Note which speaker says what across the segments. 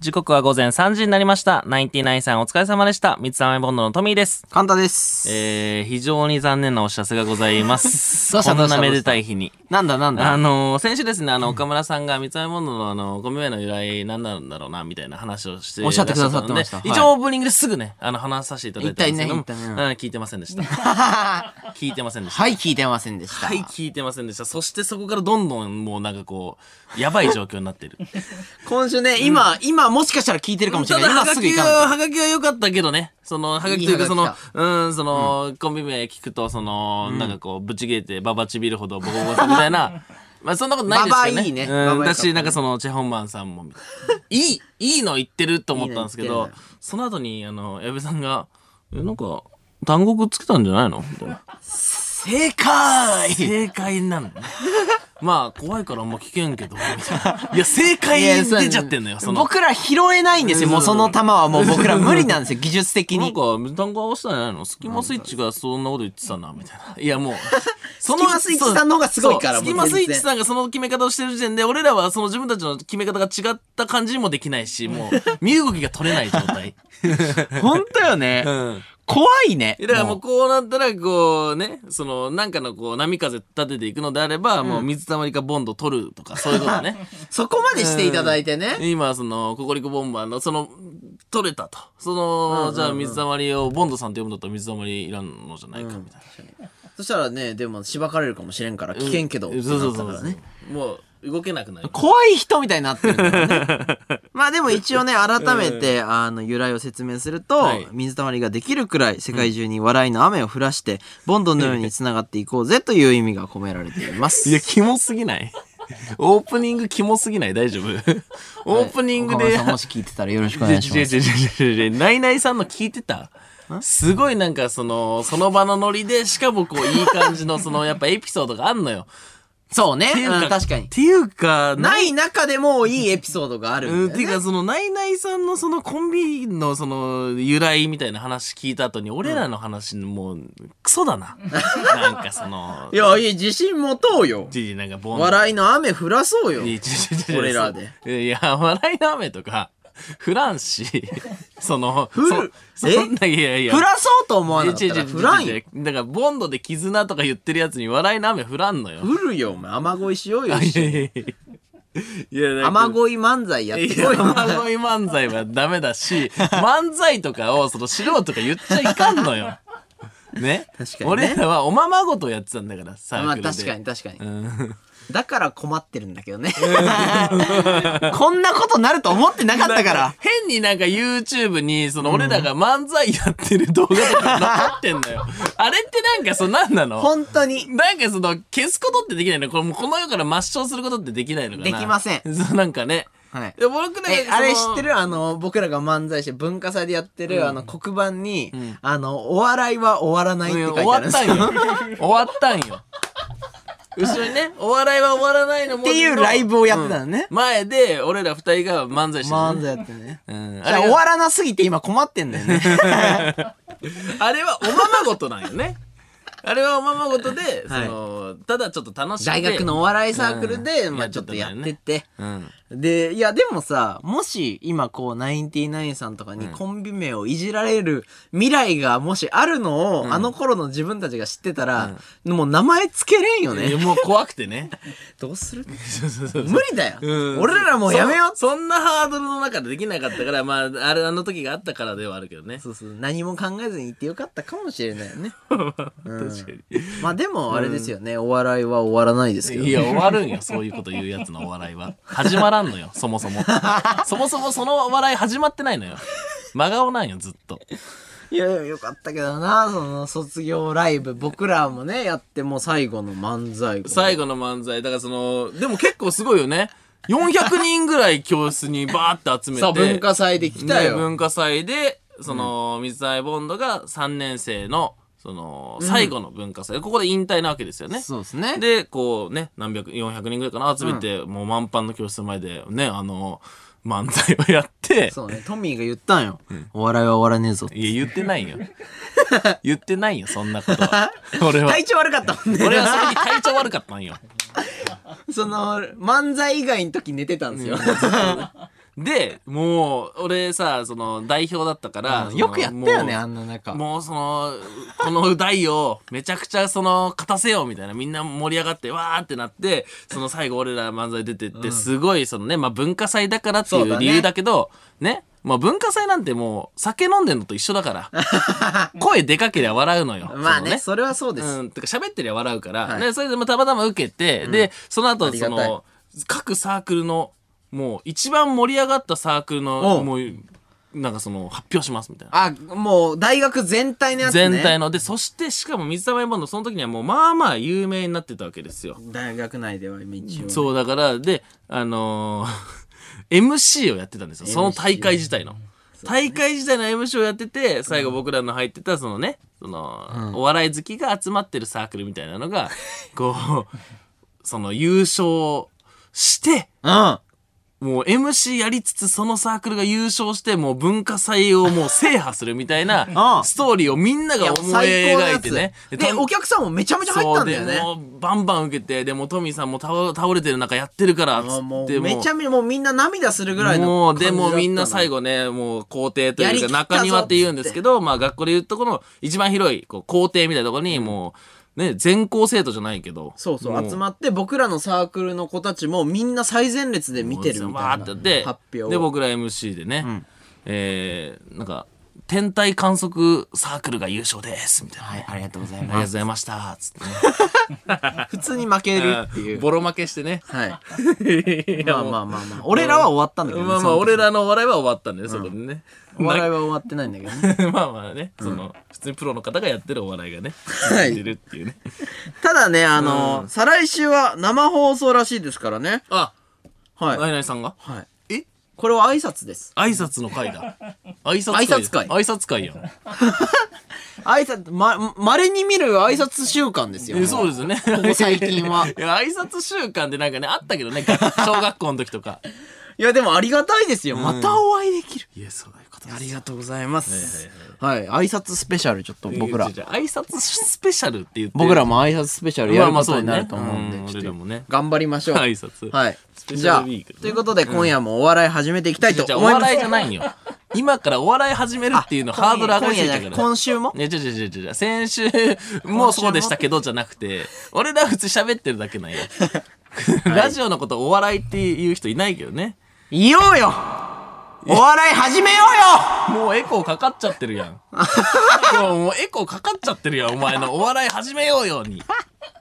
Speaker 1: 時刻は午前3時になりました。ナインティナインさんお疲れ様でした。三つ編みボンドのトミーです。
Speaker 2: カンタです。
Speaker 1: えー、非常に残念なお知らせがございま す。
Speaker 2: どうした
Speaker 1: こん
Speaker 2: どうし
Speaker 1: な
Speaker 2: た
Speaker 1: めでたい日に。
Speaker 2: なんだなん
Speaker 1: あ
Speaker 2: だ。
Speaker 1: のー先週ですね、あの、岡村さんが三つ編みボンドのあの、ゴミ名の由来何なんだろうな、みたいな話をして
Speaker 2: おっしゃってくださってました
Speaker 1: らっゃたの
Speaker 2: はい
Speaker 1: で一応オープニングですぐね、あの、話させていただいたんですけども、
Speaker 2: 一体ね一体ね
Speaker 1: うん聞いてませんで した。聞いてませんでした。
Speaker 2: はい、聞いてませんでした。
Speaker 1: はい、聞いてませんでした。そしてそこからどんどんもうなんかこう、やばい状況になってる。
Speaker 2: 今週ね、今、今もしかしたら聞いてるかもしれな
Speaker 1: た
Speaker 2: い。
Speaker 1: だ、
Speaker 2: 今
Speaker 1: は
Speaker 2: す
Speaker 1: が
Speaker 2: ぐ
Speaker 1: き
Speaker 2: 行
Speaker 1: は、
Speaker 2: かん
Speaker 1: はがきは良かったけどね。その、はがきというか、
Speaker 2: いい
Speaker 1: そ
Speaker 2: は
Speaker 1: の
Speaker 2: がき、
Speaker 1: うん、その、コンビ名聞くと、その、なんかこう、ぶち切れて、ババチビるほどボコボコするみたい な。まあ、そんなことないですけどね。
Speaker 2: ババいいねババ
Speaker 1: うん、
Speaker 2: よかったね
Speaker 1: だし、なんかその、チェホンマンさんも、みたいないい、いいの言ってると思ったんですけ
Speaker 2: いいの
Speaker 1: ど
Speaker 2: 言って、
Speaker 1: その後に、あの、矢部さんが、え、なんか、単語くっつけたんじゃないのみたいな。
Speaker 2: 正解
Speaker 1: 正解な のねまあ怖いからあんま聞けんけどみたいないや正解
Speaker 2: いやそう
Speaker 1: 出ちゃってんのよその
Speaker 2: 僕ら拾えないんですよ。
Speaker 1: うん
Speaker 2: もうその球は もう僕ら無理なんですよ。技術的
Speaker 1: なん
Speaker 2: に。
Speaker 1: か単語合わせたんじゃないのスキマスイッチがそんなこと言ってたなみたいない やもうそ
Speaker 2: スキマスイッチさんの方がすごいか
Speaker 1: そ
Speaker 2: ら
Speaker 1: うス
Speaker 2: もう
Speaker 1: キマ
Speaker 2: 全然
Speaker 1: スイッチさんがその決め方をしてる時点で俺らはその自分たちの決め方が違った感じにもできない しもう身動きが取れない状態
Speaker 2: 本当よね
Speaker 1: う。ん
Speaker 2: 怖いね。
Speaker 1: だからもうこうなったらこうねそのなんかのこう波風立てていくのであれば、もう水たまりかボンド取るとかそういうこと ね
Speaker 2: そこまでしていただいてね。
Speaker 1: 今そのココリコボンバーのその取れたとその、じゃあ水たまりをボンドさんと呼ぶんだったら水たまりいらんのじゃないかみたい
Speaker 2: そしたらね、でも、しばかれるかもしれんから、
Speaker 1: な、
Speaker 2: 危険けど。
Speaker 1: うんそうそう
Speaker 2: って
Speaker 1: そ
Speaker 2: な
Speaker 1: う
Speaker 2: った
Speaker 1: そう、
Speaker 2: からね
Speaker 1: もう動けなくなる
Speaker 2: 怖い人みたいになってるんだよね。まあでも一応ね、改めて、あの、由来を説明すると、
Speaker 1: はい
Speaker 2: 水たまりができるくらい世界中に笑いの雨を降らして、ボンドのように繋がっていこうぜという意味が込められています。
Speaker 1: いやキモすぎないオープニングキモすぎない大丈夫オープニングで、
Speaker 2: 岡村さんもし聞いてたらよろしくお
Speaker 1: 違う
Speaker 2: 願いし
Speaker 1: 違う
Speaker 2: ます。
Speaker 1: 違う違う違うナイナイさんの聞いてたすごいなんかそのその場のノリでしかもこういい感じのそのやっぱエピソードがあんのよ
Speaker 2: そうね、
Speaker 1: っていう
Speaker 2: うん確か
Speaker 1: っ
Speaker 2: に。
Speaker 1: ていうか
Speaker 2: ない中でもいいエピソードがある
Speaker 1: うんん、
Speaker 2: だ
Speaker 1: ていう
Speaker 2: よね。
Speaker 1: か、その、ナイナイさんのそのコンビのその、由来みたいな話聞いた後に、俺らの話、もう、クソだな。なんかその
Speaker 2: い、や、いい、自信持とうよ。
Speaker 1: じじなんかボン。
Speaker 2: 笑いの雨降らそうよ。
Speaker 1: いやちょちょちょ
Speaker 2: 俺らで。
Speaker 1: いや、笑いの雨とか、フランシ その、
Speaker 2: 降る
Speaker 1: そそんな、いやいや。
Speaker 2: 降らそうと思わなかった
Speaker 1: いや
Speaker 2: ら
Speaker 1: 違う違う
Speaker 2: 降らん
Speaker 1: 違う違
Speaker 2: よ。
Speaker 1: うだから、ボンドで絆とか言ってるやつに笑いの雨降らんのよ。
Speaker 2: 降るよ、お前。雨乞いしようよ。
Speaker 1: い
Speaker 2: 一緒
Speaker 1: や
Speaker 2: に
Speaker 1: いやいやいや。
Speaker 2: 雨乞い漫才やって
Speaker 1: いや
Speaker 2: こいよ。
Speaker 1: 山恋漫才はダメだし、漫才とかを、その、素人とか言っちゃいかんのよ。ね
Speaker 2: 確かにね
Speaker 1: 俺らはおままごとやってたんだから、サー
Speaker 2: まあ
Speaker 1: クルで。
Speaker 2: 確かに確かに、
Speaker 1: うん。
Speaker 2: だから困ってるんだけどね こんなことなると思ってなかったから
Speaker 1: 変になんか YouTube に、その、俺らが漫才やってる動画とか残ってんのよ。あれってなんか、その、なんなの
Speaker 2: 本当に
Speaker 1: なんかその、消すことってできないのこれもうこの世から抹消することってできないのかな
Speaker 2: できません
Speaker 1: そう、なんかね。
Speaker 2: はい
Speaker 1: で僕ね
Speaker 2: え、あれ知って
Speaker 1: る
Speaker 2: るあの僕らが漫才して文化祭でやってる、あの黒板に、あの「お笑いは終わらない」って書いて
Speaker 1: 終
Speaker 2: あ
Speaker 1: わ
Speaker 2: るん
Speaker 1: っ
Speaker 2: です
Speaker 1: たん
Speaker 2: よ
Speaker 1: よ。終わったんよ。後ろにね、お笑いは終わらないのっ
Speaker 2: っていうライブをやってたのね、
Speaker 1: 前で、俺ら二人が漫才してたの
Speaker 2: 漫
Speaker 1: ね、
Speaker 2: 才やってね
Speaker 1: うん、
Speaker 2: じゃ
Speaker 1: あ
Speaker 2: あ
Speaker 1: れ
Speaker 2: 終
Speaker 1: は
Speaker 2: わらなすぎて今困ってんだよ ね
Speaker 1: あれはおままごとなんよね。あれはおままごとで、その、ただちょっと楽しくて
Speaker 2: 大学のお笑いサークルで、
Speaker 1: うん
Speaker 2: まあちょっとやってて
Speaker 1: うん。
Speaker 2: で、いや、でもさ、もし今こう、ナインティナインさんとかにコンビ名をいじられる未来がもしあるのを、あの頃の自分たちが知ってたら、もう名前つけれんよ
Speaker 1: いや
Speaker 2: ね。
Speaker 1: もう怖くてね。
Speaker 2: どうする
Speaker 1: そうそうそう
Speaker 2: 無理だよ、
Speaker 1: うん
Speaker 2: 俺らもうやめよう
Speaker 1: そそんなハードルの中でできなかったから、まあ、あれ、あの時があったからではあるけどね。
Speaker 2: そうそう、何も考えずに言ってよかったかもしれないよね。
Speaker 1: 確かに。
Speaker 2: まあでも、あれですよね、お笑いは終わらないですけど、
Speaker 1: いや、終わるんよ、そういうこと言うやつのお笑いは。始まらんのよ、そもそも。そもそもそのお笑い始まってないのよ。真顔なんよ、ずっと。
Speaker 2: いや、よかったけどな、その卒業ライブ、僕らもね、やってもう最後の漫才が
Speaker 1: 最後の漫才、だからその、でも結構すごいよね。400人ぐらい教室にバーって集めて。
Speaker 2: さあ、文化祭で来た
Speaker 1: ね
Speaker 2: よ。
Speaker 1: 文化祭で、その、水沢ボンドが3年生の、その、最後の文化祭。ここで引退なわけですよね。
Speaker 2: そうですね。
Speaker 1: でこうね何百400人ぐらいかな集めて、もう満帆の教室の前でねあの漫才をやって
Speaker 2: そうね、トミーが言ったんよ。お笑いは終わらねえぞって。
Speaker 1: いや、言ってないよ。 言ってないよ、そんなこと は。俺は。
Speaker 2: 体調悪かったもんね。
Speaker 1: 俺はそれに体調悪かったんよ。
Speaker 2: その、漫才以外の時寝てたんですよ。
Speaker 1: で、もう、俺さ、その、代表だったから、
Speaker 2: よくやったよね、
Speaker 1: もう
Speaker 2: あんな中。
Speaker 1: もうその、この台をめちゃくちゃその、勝たせようみたいな、みんな盛り上がって、わーってなって、その最後俺ら漫才出てって、すごいそのね、まあ文化祭だからって
Speaker 2: そう
Speaker 1: い
Speaker 2: だ
Speaker 1: う
Speaker 2: ね
Speaker 1: 理由だけど、ね、まあ文化祭なんてもう酒飲んでんのと一緒だ から、声でかけりゃ笑うのよ。
Speaker 2: まあ
Speaker 1: その
Speaker 2: ね、それはそうです。
Speaker 1: うん、てか喋ってりゃ笑うから、
Speaker 2: はい
Speaker 1: でそれでまあたまたま受けて、で、その
Speaker 2: あ
Speaker 1: 後、
Speaker 2: りが
Speaker 1: そ
Speaker 2: たい
Speaker 1: の、各サークルの、もう一番盛り上がったサークル
Speaker 2: おう
Speaker 1: の、もう、なんかその、発表しますみたいな。
Speaker 2: あ、もう、大学全体のやつね。
Speaker 1: 全体の。で、そして、しかも水溜りボンド、その時にはもう、まあまあ有名になってたわけですよ。
Speaker 2: 大学内では今一応。
Speaker 1: そう、だから、で、あのー MC をやってたんですよ。その大会自体の。大会自体の MC をやってて、最後僕らの入ってた、そのね、その、お笑い好きが集まってるサークルみたいなのが、こう、 その優勝して、
Speaker 2: うん。
Speaker 1: もう MC やりつつそのサークルが優勝してもう文化祭をもう制覇するみたい
Speaker 2: ああ
Speaker 1: なストーリーをみんないが
Speaker 2: や、
Speaker 1: 思い
Speaker 2: 最高の
Speaker 1: 描
Speaker 2: や
Speaker 1: い
Speaker 2: つ。
Speaker 1: てね
Speaker 2: で。、お客さんもめちゃめちゃ入ったんだよね。
Speaker 1: そうでもうバンバン受けてでもトミーさんも倒倒れてる中やってるからっつ
Speaker 2: あも
Speaker 1: って
Speaker 2: うめちゃめちゃもうみんな涙するぐらいの
Speaker 1: もうでもみんな最
Speaker 2: 後
Speaker 1: 後ねもう校庭と
Speaker 2: やり
Speaker 1: い
Speaker 2: きっ
Speaker 1: う
Speaker 2: た
Speaker 1: か
Speaker 2: ぞ
Speaker 1: 中庭って言うんですけどまあ学校で言うとこの一番広いこう校庭みたいなところにもうね全校生徒じゃないけど
Speaker 2: そうそう
Speaker 1: も
Speaker 2: 集まって僕らのサークルの子たちもみんな最前列で見てるみた
Speaker 1: わ
Speaker 2: い
Speaker 1: ーってやっ
Speaker 2: な
Speaker 1: て
Speaker 2: 発表を
Speaker 1: で僕ら MC でね、えーなんか天体観測サークルが優勝ですみたいな、
Speaker 2: はいありがとうござい
Speaker 1: ありがとうご
Speaker 2: ます
Speaker 1: ざいましたつ ってね
Speaker 2: 普通に負けるっていう
Speaker 1: ボロ負けして ね
Speaker 2: はい
Speaker 1: いや
Speaker 2: まあまあまあまあ 俺らは終わったんだけどね
Speaker 1: まあ
Speaker 2: そ
Speaker 1: まあ
Speaker 2: の時
Speaker 1: 俺らのお笑いは終わったんだよね、そこでね
Speaker 2: お笑いは終わってないんだけど ね
Speaker 1: まあまあね、その普通にプロの方がやってるお笑いがね
Speaker 2: は
Speaker 1: や
Speaker 2: い
Speaker 1: ってるっていうね
Speaker 2: ただねあのー再来週は生放送らしいですからね
Speaker 1: あ
Speaker 2: はい
Speaker 1: ナイナイさんが
Speaker 2: はい
Speaker 1: え
Speaker 2: これは挨拶です
Speaker 1: 挨拶の会 だ挨拶
Speaker 2: 挨拶会
Speaker 1: 挨拶会やん
Speaker 2: 挨拶ま稀に見る挨拶習慣ですよ
Speaker 1: えそうですね
Speaker 2: ここ最近はい
Speaker 1: や挨拶習慣でなんかねあったけどね学小学校の時とか
Speaker 2: いやでもありがたいですよ またお会いできる
Speaker 1: いや、そういうこと
Speaker 2: ありがとうございます。はい挨拶スペシャルちょっと僕
Speaker 1: い
Speaker 2: ら
Speaker 1: や。違う違う挨拶スペシャルって言って。
Speaker 2: 僕ら
Speaker 1: も
Speaker 2: も挨拶スペシャルや
Speaker 1: や
Speaker 2: る
Speaker 1: るこ
Speaker 2: こ
Speaker 1: とと
Speaker 2: に
Speaker 1: に
Speaker 2: な
Speaker 1: な
Speaker 2: る
Speaker 1: る
Speaker 2: と
Speaker 1: と
Speaker 2: 思
Speaker 1: 思
Speaker 2: う
Speaker 1: うんん
Speaker 2: で
Speaker 1: で、
Speaker 2: ち
Speaker 1: ちょ
Speaker 2: ょっ
Speaker 1: っ
Speaker 2: と
Speaker 1: ともね
Speaker 2: 頑張りましょう。
Speaker 1: 挨拶
Speaker 2: はい。
Speaker 1: スペシ
Speaker 2: じ
Speaker 1: ャ
Speaker 2: ゃあ、
Speaker 1: ルウィークだね
Speaker 2: ということで今夜もお笑い始めていきたいと
Speaker 1: じゃあお
Speaker 2: 思います。
Speaker 1: 笑いじゃ ないよ。今からお笑い始めるっていうのハードル上がりすぎ
Speaker 2: 今
Speaker 1: た
Speaker 2: 夜じ
Speaker 1: か
Speaker 2: ゃなく
Speaker 1: ら。
Speaker 2: 今週も
Speaker 1: ね、違う違う違う違う。先週もそうでしたけどじゃなくて、俺ら普通喋ってるだけなん よ。ラジオのことお笑いっていう人いないけどね。
Speaker 2: 言おうよお笑い始めようよ
Speaker 1: もうエコーかかっちゃってるやん。もうもうエコーかかっちゃってるやん、お前のお笑い始めようよに。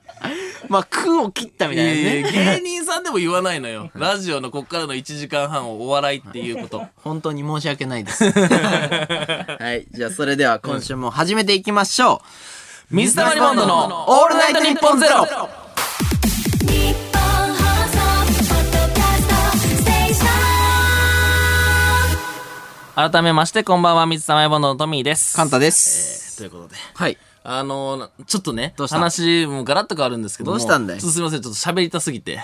Speaker 2: まあ、空を切ったみ
Speaker 1: い
Speaker 2: た
Speaker 1: や
Speaker 2: い
Speaker 1: い
Speaker 2: な
Speaker 1: や
Speaker 2: ね。
Speaker 1: いや芸人さんでも言わないのよ。ラジオのこっからの1時間半をお笑いっていうこと。
Speaker 2: 本当に申し訳ないです。 はい。じゃあ、それでは今週も始めていきましょう。
Speaker 1: 水溜りボンドの
Speaker 2: オールナイトニッポンゼロ
Speaker 3: 日本放送ポッドキャストステーション
Speaker 1: 改めまして、こんばんは、水溜りボンドのトミーです。
Speaker 2: カンタ
Speaker 1: で
Speaker 2: です。
Speaker 1: ということで。
Speaker 2: はい。
Speaker 1: あのなちょっとね
Speaker 2: どう、した
Speaker 1: 話、もうガラッと変わるんですけども
Speaker 2: どうしたんだい
Speaker 1: ちょっとすいません、ちょっと喋りたすぎ て。
Speaker 2: い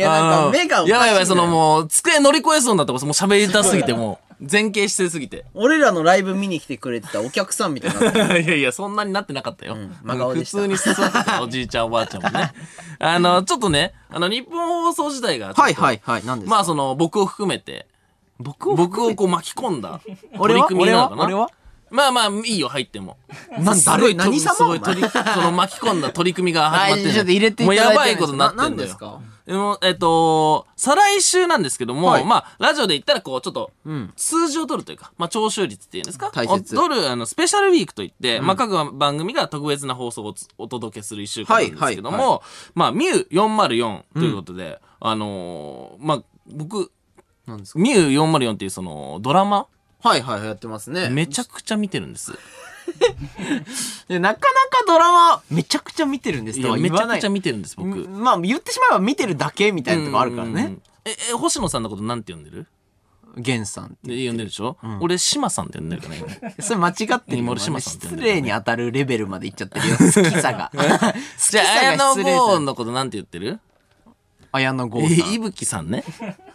Speaker 2: や、なんか目がおかしいんだよ。
Speaker 1: やばいやばい、そのもう、机乗り越えそうになったこと、もう喋りたすぎて、もう、前傾してすぎて。
Speaker 2: 俺らのライブ見に来てくれてたお客さんみたい
Speaker 1: い
Speaker 2: な。
Speaker 1: や いや、そんなになってなかったよ。
Speaker 2: 真顔
Speaker 1: 普
Speaker 2: でした
Speaker 1: 通に座ってた、おじいちゃん、おばあちゃんも ね。あの、ちょっとね、あの、日本放送自体が、
Speaker 2: はいはいはい、なんですか
Speaker 1: まあその僕を含めて僕をこう巻き込んだ取
Speaker 2: 俺は
Speaker 1: り組みなのかな
Speaker 2: 俺は
Speaker 1: まあまあいいよ入っても
Speaker 2: な
Speaker 1: すごい
Speaker 2: 誰何様
Speaker 1: すごい
Speaker 2: お前
Speaker 1: 取 りその巻き込んだ取り組みが始まってる
Speaker 2: はいちょっと入れてい
Speaker 1: もう
Speaker 2: ただい
Speaker 1: や
Speaker 2: て
Speaker 1: ばいことになってる
Speaker 2: ななん
Speaker 1: んだ
Speaker 2: です
Speaker 1: よ
Speaker 2: か
Speaker 1: でもえっと再来週なんですけども、
Speaker 2: はい
Speaker 1: まあラジオで言ったらこうちょっと
Speaker 2: ん
Speaker 1: 数字を取るというか、まあ聴取率っていうんですか
Speaker 2: 大切
Speaker 1: を取るあのスペシャルウィークといって、まあ各番組が特別な放送をつお届けする一週間なんですけども、
Speaker 2: はいはい
Speaker 1: まあミュー404ということで、あのーまあ僕
Speaker 2: なんですか
Speaker 1: ミュー404っていうそのドラマ
Speaker 2: はいはいはい、やってますね。
Speaker 1: めちゃくちゃ見てるんです。
Speaker 2: でなかなかドラマ、めちゃくちゃ見てるんです
Speaker 1: い
Speaker 2: と
Speaker 1: や
Speaker 2: は
Speaker 1: め
Speaker 2: 言
Speaker 1: ち
Speaker 2: わ
Speaker 1: ゃ
Speaker 2: な
Speaker 1: く
Speaker 2: い。
Speaker 1: ちゃ見てるんです僕。
Speaker 2: うんまあ、言ってしまえば見てるだけみたいなとこあるから
Speaker 1: うんうんう
Speaker 2: ね。
Speaker 1: ん。え、え星野さんのことなんて呼んでる
Speaker 2: 源さん。
Speaker 1: で呼んでるでしょ、俺、島さんって呼んでるから今。
Speaker 2: それ間違ってるよ。
Speaker 1: 森島さんって呼
Speaker 2: 失
Speaker 1: んでる
Speaker 2: 礼に当たるレベルまでいっちゃってるよ。 好きさが。好き
Speaker 1: じゃあ、
Speaker 2: さ
Speaker 1: 綾
Speaker 2: が
Speaker 1: 野
Speaker 2: 失礼さ
Speaker 1: 剛。のことなんて言ってる
Speaker 2: 綾野剛
Speaker 1: え、
Speaker 2: さん。
Speaker 1: いぶきさんね。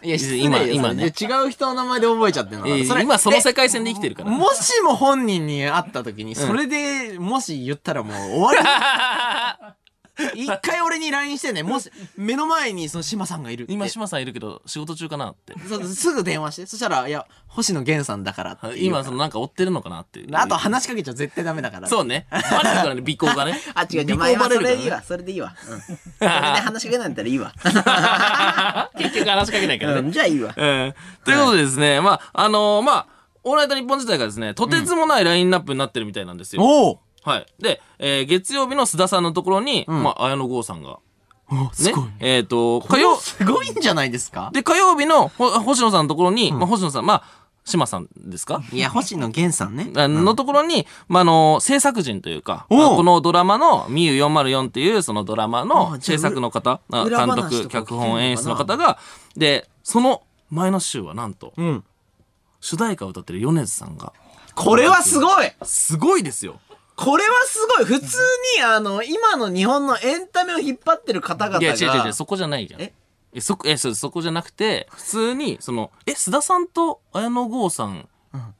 Speaker 2: いや、失礼
Speaker 1: 今
Speaker 2: 今、今
Speaker 1: 今
Speaker 2: ね。
Speaker 1: ね
Speaker 2: 違う人の名前で覚えちゃってるのか
Speaker 1: え
Speaker 2: な。それ
Speaker 1: 今その世界線で生きてるから。
Speaker 2: もしも本人に会った時に、それで、もし言ったらもう終わり。 一回俺に LINE してね、もし、目の前にその島さんがいるって。
Speaker 1: 今、島さんいるけど、仕事中かなって。
Speaker 2: そうすぐ電話して。そしたら、いや、星野源さんだからって言うから
Speaker 1: 今、その、なんか追ってるのかなって。
Speaker 2: あと話しかけちゃ絶対ダメだから。。
Speaker 1: そうね。バレるから ね、尾行がね
Speaker 2: あ、違う違う。
Speaker 1: 尾
Speaker 2: まあ、
Speaker 1: 行
Speaker 2: ま
Speaker 1: バ
Speaker 2: あ
Speaker 1: レ
Speaker 2: そ
Speaker 1: るから
Speaker 2: れ
Speaker 1: ね
Speaker 2: いいわ。それでいいわ。うん。それで話しかけないんだったらいいわ。
Speaker 1: 結局話しかけないからね。
Speaker 2: うん、じゃあいいわ。
Speaker 1: えーということでですね、まあ、あのーまあ、オールナイト日本自体がですね、とてつもないラインナップになってるみたいなんですよ。
Speaker 2: おお
Speaker 1: はい。で、えー月曜日の須田さんのところに、まあ、綾野剛さんが。ね。えっ、と、火曜、
Speaker 2: すごいんじゃないですか
Speaker 1: で、火曜日のほ星野さんのところに、まあ、星野さん、まあ、島さんですか
Speaker 2: いや、星野源さんね。
Speaker 1: あのところに、まあ、あの、制作人というか、
Speaker 2: おう
Speaker 1: まあこのドラマの、ミユ404っていう、そのドラマ
Speaker 2: あ
Speaker 1: の
Speaker 2: じゃ
Speaker 1: 制
Speaker 2: あ
Speaker 1: 作の方、あ
Speaker 2: 裏
Speaker 1: 監
Speaker 2: 話
Speaker 1: 督、
Speaker 2: とか聞け
Speaker 1: 脚
Speaker 2: るのかな
Speaker 1: 本演出の方が、で、その前の週はなんと、
Speaker 2: うん。
Speaker 1: 主題歌を歌ってる米津さんが、
Speaker 2: これはすごい
Speaker 1: すごいですよ。
Speaker 2: これはすごい普通に、あの、今の日本のエンタメを引っ張ってる方々
Speaker 1: い
Speaker 2: が。
Speaker 1: や、違う違う違う、そこじゃないじゃん。
Speaker 2: え
Speaker 1: え、そこ、え、そうそこじゃなくて、普通に、その、え、須田さんと綾野剛さん、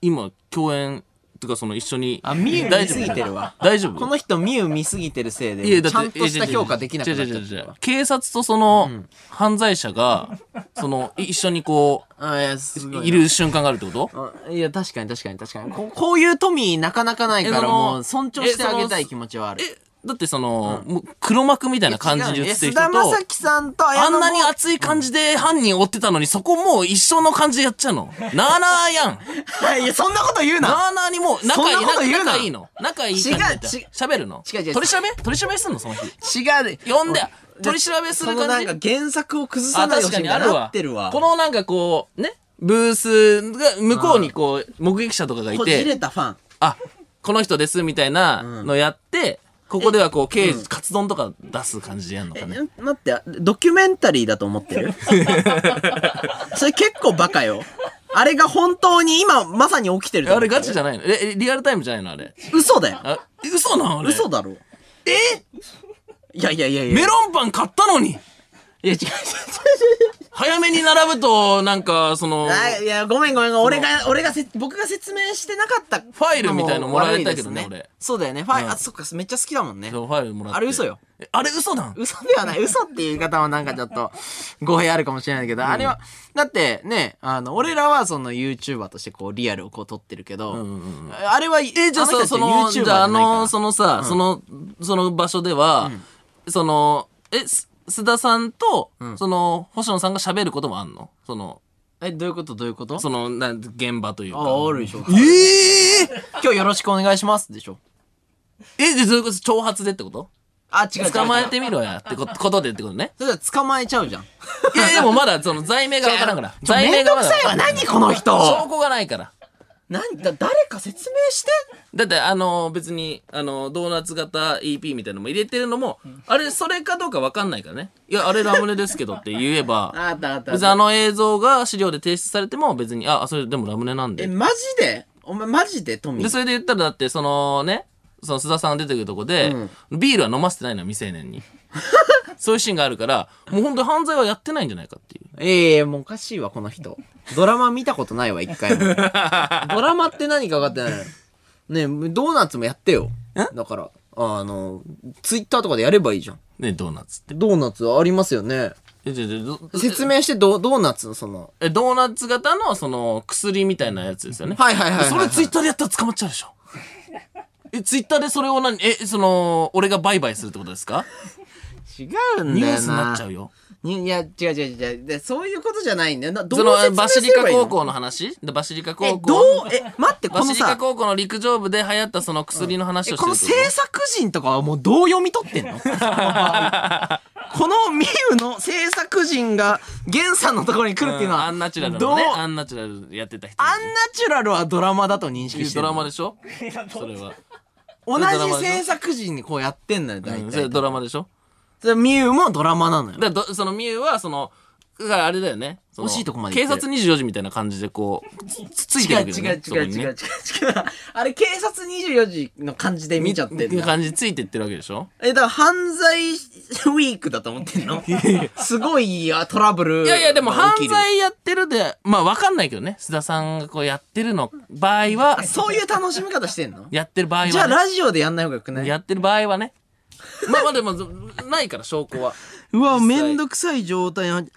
Speaker 1: 今、共演、とか、その、一緒に、
Speaker 2: あ、ミユ
Speaker 1: 大
Speaker 2: 見
Speaker 1: 丈
Speaker 2: す
Speaker 1: 夫
Speaker 2: ぎてるわ。
Speaker 1: 大丈夫
Speaker 2: この人ミユ見すぎてるせい
Speaker 1: いや
Speaker 2: で、
Speaker 1: だ
Speaker 2: ち
Speaker 1: って
Speaker 2: ゃんとした評価できなくなっ
Speaker 1: 違う違う
Speaker 2: ち
Speaker 1: 違う
Speaker 2: ゃ
Speaker 1: 違
Speaker 2: っ
Speaker 1: う警察とその犯罪者が、そのい一緒にこ
Speaker 2: た。あ、いや、すご
Speaker 1: う
Speaker 2: い。
Speaker 1: い。る瞬間があるってこと
Speaker 2: あいや、確かに確かに確かに。ここういう富なかなかないか
Speaker 1: えその
Speaker 2: ら、もう尊重してあげた
Speaker 1: え
Speaker 2: い
Speaker 1: その
Speaker 2: 気持ちはある。
Speaker 1: えだってその、もう黒幕みたいな感じで
Speaker 2: 違う
Speaker 1: 言
Speaker 2: ね
Speaker 1: ってる
Speaker 2: 菅
Speaker 1: 人
Speaker 2: 田
Speaker 1: と
Speaker 2: 将暉さんと
Speaker 1: あ
Speaker 2: 綾野
Speaker 1: ん
Speaker 2: 剛
Speaker 1: なに熱い感じで犯人追ってたのにそこもう一緒の感じでやっちゃうのなあなあやん
Speaker 2: いや、そんなこと言うな
Speaker 1: なあなあにもう仲いい
Speaker 2: そんなこと言うな
Speaker 1: 仲いいの仲いい感じでやっちゃ
Speaker 2: 違う違う
Speaker 1: 喋るの
Speaker 2: 違う違う
Speaker 1: 取り調べ取り調べすんのその日
Speaker 2: 違うで。
Speaker 1: 呼んで取り調べする
Speaker 2: その
Speaker 1: 感
Speaker 2: な
Speaker 1: じ
Speaker 2: んか原作を崩さ
Speaker 1: あ、
Speaker 2: ない
Speaker 1: 確
Speaker 2: よ
Speaker 1: か
Speaker 2: う
Speaker 1: に
Speaker 2: に
Speaker 1: ある
Speaker 2: な
Speaker 1: わ
Speaker 2: ってるわ。
Speaker 1: このなんかこうねブースが向こうにこう目撃者とかがい
Speaker 2: こじれ
Speaker 1: て
Speaker 2: たファン。
Speaker 1: あこの人ですみたいなのやって、ここではこう刑事、カツ丼とか出す感じでやるのかね
Speaker 2: え待って、ドキュメンタリーだと思って るそれ結構バカよ。あれが本当に今まさに起きてると思
Speaker 1: あ
Speaker 2: っ
Speaker 1: れ
Speaker 2: てる
Speaker 1: ガチじゃないのええリアルタイムじゃないのあれ
Speaker 2: 嘘だよ。
Speaker 1: あ嘘なのあれ
Speaker 2: 嘘だろ。えいやいやいやいや。
Speaker 1: メロンパン買ったのに
Speaker 2: いや違う違
Speaker 1: 早めに並ぶとなんかその
Speaker 2: う違う。あいや、ごめんごめん。俺が、俺がせ、僕が説明してなかった。フ
Speaker 1: ァイルみたいのもらえたけどね俺
Speaker 2: そうだよね。ファイ
Speaker 1: う
Speaker 2: ル、
Speaker 1: ん
Speaker 2: あ、そっか、めっちゃ好きだもんね
Speaker 1: フ。ァイルもらって
Speaker 2: あれ嘘よ
Speaker 1: えあれ嘘なん
Speaker 2: 嘘ではない。嘘っていう言い方はなんかちょっ と語弊あるかもしれないけど、あれは、だってね、あの、俺らはその YouTuber としてこうリアルをこう撮ってるけど、あれは、え、
Speaker 1: えじゃあさそのじゃああのそのさ、そのその場所では、そのえす須田さんと、その星野さんが喋ることもあんのその
Speaker 2: え、どういうことどういうこと
Speaker 1: そのなん現場というか
Speaker 2: あ、あるでしょ。
Speaker 1: ええ
Speaker 2: 今日よろしくお願いしますでしょ。
Speaker 1: えでそれこそ挑発でってこと
Speaker 2: あ、違う違う違う。
Speaker 1: 捕まえてみろやってこことでってことね
Speaker 2: それじ ゃ捕まえちゃうじゃん。
Speaker 1: いやでもまだその罪名がわからんから
Speaker 2: ちょ
Speaker 1: 罪 名
Speaker 2: めんど
Speaker 1: がまだ
Speaker 2: くさいわ、何この
Speaker 1: 証
Speaker 2: 人
Speaker 1: 拠がないから
Speaker 2: 何だ、誰か説明して
Speaker 1: だってあの別にあのドーナツ型 EP みたいなのも入れてるのもあれそれかどうかわかんないからねいやあれラムネですけどって言え ば
Speaker 2: あったあった
Speaker 1: 別にあの映像が資料で提出されても別に、あ、それでもラムネなん
Speaker 2: え、
Speaker 1: で。
Speaker 2: マジでお前マジで、トミ
Speaker 1: で、そ
Speaker 2: ー。
Speaker 1: れで言ったらだって、そのね、その須田さんが出てくるとこで、ビールは飲ませてないのは未成年に。 そういうシーンがあるから、もう本当に犯罪はやってないんじゃないかっていう。
Speaker 2: ええもうおかしいわ、この人。ドラマ見たことないわ、一回も。 ドラマって何か分かってないの。ねえドーナツもやってよ。だから、あの、ツイッターとかでやればいいじゃん。
Speaker 1: ね、ドーナツって。
Speaker 2: ドーナツありますよね。
Speaker 1: え、じゃじゃど
Speaker 2: 説明してド、ドーナツのその、
Speaker 1: え、ドーナツ型のその薬みたいなやつですよね。
Speaker 2: はいはいはいはいはい
Speaker 1: それツイッターでやったら捕まっちゃうでしょ。え、ツイッターでそれを何、え、その、俺が売買するってことですか
Speaker 2: 違うん
Speaker 1: ニ
Speaker 2: だよな。
Speaker 1: ュースになっちゃうよ。
Speaker 2: に。いや、違う違う違う。でそういうことじゃないんだよな。ど
Speaker 1: そう
Speaker 2: 説
Speaker 1: の、バ
Speaker 2: 明
Speaker 1: シ
Speaker 2: す
Speaker 1: リ
Speaker 2: れば
Speaker 1: カ
Speaker 2: いいの
Speaker 1: 高校の話でバシリカ
Speaker 2: え、
Speaker 1: 高校の。
Speaker 2: どう、え、待って、こ
Speaker 1: バ
Speaker 2: の
Speaker 1: シリカ
Speaker 2: さ、
Speaker 1: 高校の陸上部で流行ったその薬の話
Speaker 2: え
Speaker 1: をして
Speaker 2: こ
Speaker 1: る
Speaker 2: の
Speaker 1: って
Speaker 2: 制作人とかはもうどう読み 取ってんのこのミユの制作人が源さんのところに来るっていうのは、
Speaker 1: アンナチュラル
Speaker 2: ど
Speaker 1: の
Speaker 2: う
Speaker 1: ね
Speaker 2: アンナ
Speaker 1: アンナチュラルやってた人
Speaker 2: チュラルはドラマだと認識して
Speaker 1: ド
Speaker 2: る
Speaker 1: ラマでしょそれはド
Speaker 2: 同
Speaker 1: ラマ
Speaker 2: じ
Speaker 1: でしょ
Speaker 2: 制作人にこうやってんだよ大
Speaker 1: うんそれ
Speaker 2: 体、
Speaker 1: はドラマでしょ
Speaker 2: でミユもドラマなのよ
Speaker 1: だからどそのミユはそのだからあれだよねその
Speaker 2: 惜しいとこまで行
Speaker 1: 警
Speaker 2: ってる
Speaker 1: 察24時みたいな感じでこうつつついてる
Speaker 2: 違う
Speaker 1: けど
Speaker 2: 違
Speaker 1: ね
Speaker 2: う違う違う違う違う
Speaker 1: う
Speaker 2: あれ警察24時の感じで見ちゃってんだ
Speaker 1: 感じでついてってるわけでしょ
Speaker 2: えだから犯罪ウィークだと思ってんのすごいあトラブル
Speaker 1: いやいやでも
Speaker 2: が
Speaker 1: 犯
Speaker 2: 起きる
Speaker 1: 罪やってるでまあわかんないけどね須田さんがこうやってるの場合は
Speaker 2: そういう楽しみ方してんの
Speaker 1: やってる場合はね
Speaker 2: じゃあラジオでやんない方がよくない
Speaker 1: やってる場合はねまあまあでも、ないから証拠は。
Speaker 2: うわ、めんどくさい状態にい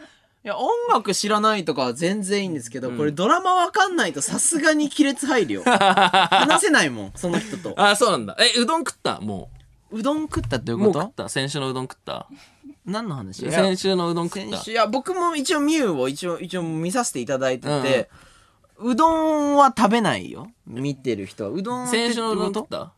Speaker 2: や、音楽知らないとかは全然いいんですけど、これドラマわかんないとさすがに亀裂入 るよ。話せないもん、その人と。
Speaker 1: あ、そうなんだ。え、うどん食ったも
Speaker 2: うどん食ったってど
Speaker 1: う。
Speaker 2: うい
Speaker 1: も
Speaker 2: う
Speaker 1: う食
Speaker 2: こ
Speaker 1: った先週のうどん食った
Speaker 2: と何の話いや
Speaker 1: 先週のうどん食っ
Speaker 2: 先
Speaker 1: た
Speaker 2: 週いや、僕も一応ミュウを一応、一応見させていただいてて、うどんは食べないよ。見てる人は。うどんは
Speaker 1: 先週のうどん
Speaker 2: って
Speaker 1: 食った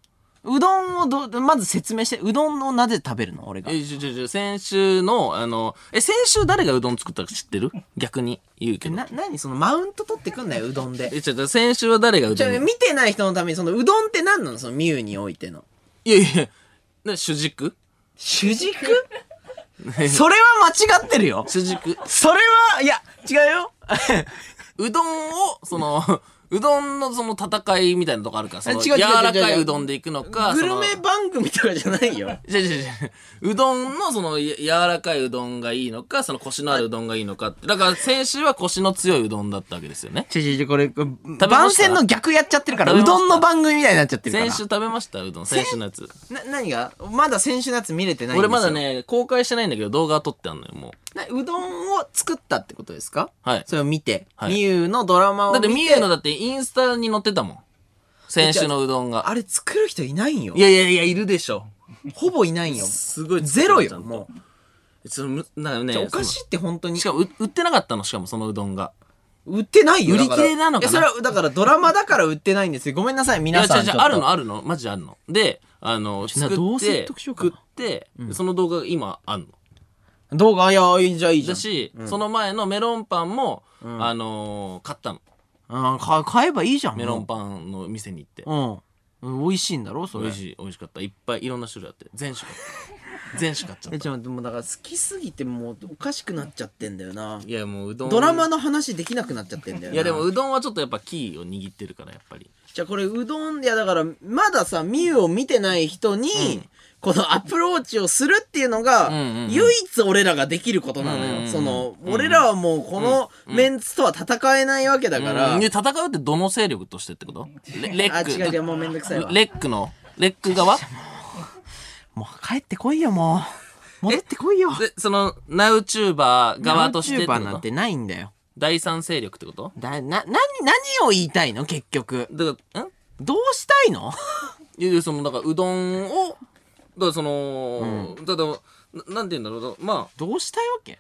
Speaker 2: うどんをどう、まず説明して、うどんをなぜ食べるの俺が。
Speaker 1: え、ちょちょちょ、先週の、あの、え、先週誰がうどん作ったか知ってる逆に言うけど。
Speaker 2: な、なにそのマウント取ってくんなよ、うどんで。
Speaker 1: え、ちょちょ、先週は誰がう
Speaker 2: ち
Speaker 1: ど
Speaker 2: ょ、
Speaker 1: ん
Speaker 2: 見てない人のために、そのうどんって何なのそのミュウにおいての。
Speaker 1: いやいや、な主軸
Speaker 2: 主 軸それは間違ってるよ。
Speaker 1: 主軸。
Speaker 2: それは、いや、違うよ。
Speaker 1: うどんを、その、 うどんのその戦いみたいなとこあるから、その
Speaker 2: 違う違う違う
Speaker 1: 柔らかいうどんでいくのか、
Speaker 2: グ
Speaker 1: そ
Speaker 2: ル
Speaker 1: の
Speaker 2: メ番組とかじゃないよ。
Speaker 1: 違う違う違 う。うどんのそのや柔らかいうどんがいいのか、そのコシのあるうどんがいいのかって。だから先週はコシの強いうどんだったわけですよね。
Speaker 2: ちょちょちょ、これ、
Speaker 1: た
Speaker 2: 番宣の逆やっちゃってるから、
Speaker 1: 食べ
Speaker 2: う
Speaker 1: ました
Speaker 2: どんの番組みたいになっちゃってるから。
Speaker 1: 先週食べましたうどん、先週のやつ。
Speaker 2: な、何がまだ先週のやつ見れてないんです
Speaker 1: 俺
Speaker 2: よ
Speaker 1: まだ。ね、公開してないんだけど動画は撮ってあんのよ、もう。
Speaker 2: なうどんを作ったってことですか
Speaker 1: はい
Speaker 2: それを見て。
Speaker 1: はい
Speaker 2: みゆのドラマを
Speaker 1: だっ
Speaker 2: 見て。
Speaker 1: てミュウのだってインスタに載ってたもん。先週のうどんが。
Speaker 2: あれ作る人いないんよ
Speaker 1: い。やいやいや、いるでしょ。
Speaker 2: ほぼいないんよ。
Speaker 1: すごい
Speaker 2: ゼロよ、
Speaker 1: も
Speaker 2: も
Speaker 1: う。そのむなんかね、
Speaker 2: う。おかしいって本当
Speaker 1: その
Speaker 2: に
Speaker 1: し。かもう売ってなかったの、しかもそのうどんが。
Speaker 2: 売ってないよ。
Speaker 1: 売り切れなのかな
Speaker 2: だらいやそれは、だからドラマだから売ってないんですよ。ごめんなさい、
Speaker 1: いや、
Speaker 2: 皆
Speaker 1: 違
Speaker 2: さん。
Speaker 1: う
Speaker 2: ち
Speaker 1: 違
Speaker 2: ょっ
Speaker 1: う、
Speaker 2: と
Speaker 1: あるのあるのマジであるの。で、あの、
Speaker 2: ょっと
Speaker 1: 作
Speaker 2: どう
Speaker 1: って
Speaker 2: 説、得しようかな
Speaker 1: 食って、その動画が今あんの。
Speaker 2: 動画、いや、いいじゃん、いいじゃ
Speaker 1: だ
Speaker 2: ん。
Speaker 1: し、その前のメロンパンも、あのー買ったの。
Speaker 2: うん、か買えばいいじゃん。
Speaker 1: メロンパンの店に行って。
Speaker 2: ン。うん。美味しいんだろ、そ
Speaker 1: 美
Speaker 2: れ。
Speaker 1: 味しい、美味しかった。いっぱいいろんな種類あって。全種買 った。全種買っちゃっ
Speaker 2: え、
Speaker 1: た。
Speaker 2: ちょ、でもだから好きすぎてもうおかしくなっちゃってんだよな。
Speaker 1: いや、もううどん。
Speaker 2: ドラマの話できなくなっちゃってんだよな。
Speaker 1: いやでもうどんはちょっとやっぱキーを握ってるからやっぱり
Speaker 2: じゃあこれうどんいやだからまださミュウを見てない人に、このアプローチをするっていうのが、
Speaker 1: んうんうん
Speaker 2: 唯一俺らができることなのよ、
Speaker 1: うんうんうん
Speaker 2: その、俺らはもうこのメンツとは戦えないわけだ
Speaker 1: だ
Speaker 2: か、
Speaker 1: からら、で戦うってどの勢力としてってことレレ
Speaker 2: あ
Speaker 1: ック
Speaker 2: 違う違うもうめんどくさいわ
Speaker 1: レックのレック 側
Speaker 2: もう帰ってこいよもう戻ってこいよ
Speaker 1: でそのナウチューバー側としてってこ
Speaker 2: YouTuber なん
Speaker 1: と
Speaker 2: てないんだよ
Speaker 1: 第三勢力ってこと
Speaker 2: だな何何を言いたいの結局
Speaker 1: だからん
Speaker 2: どうしたいの
Speaker 1: いやいやそのだからうどんをだからその、ただななんて言うんだろうまあ
Speaker 2: どうしたいわけ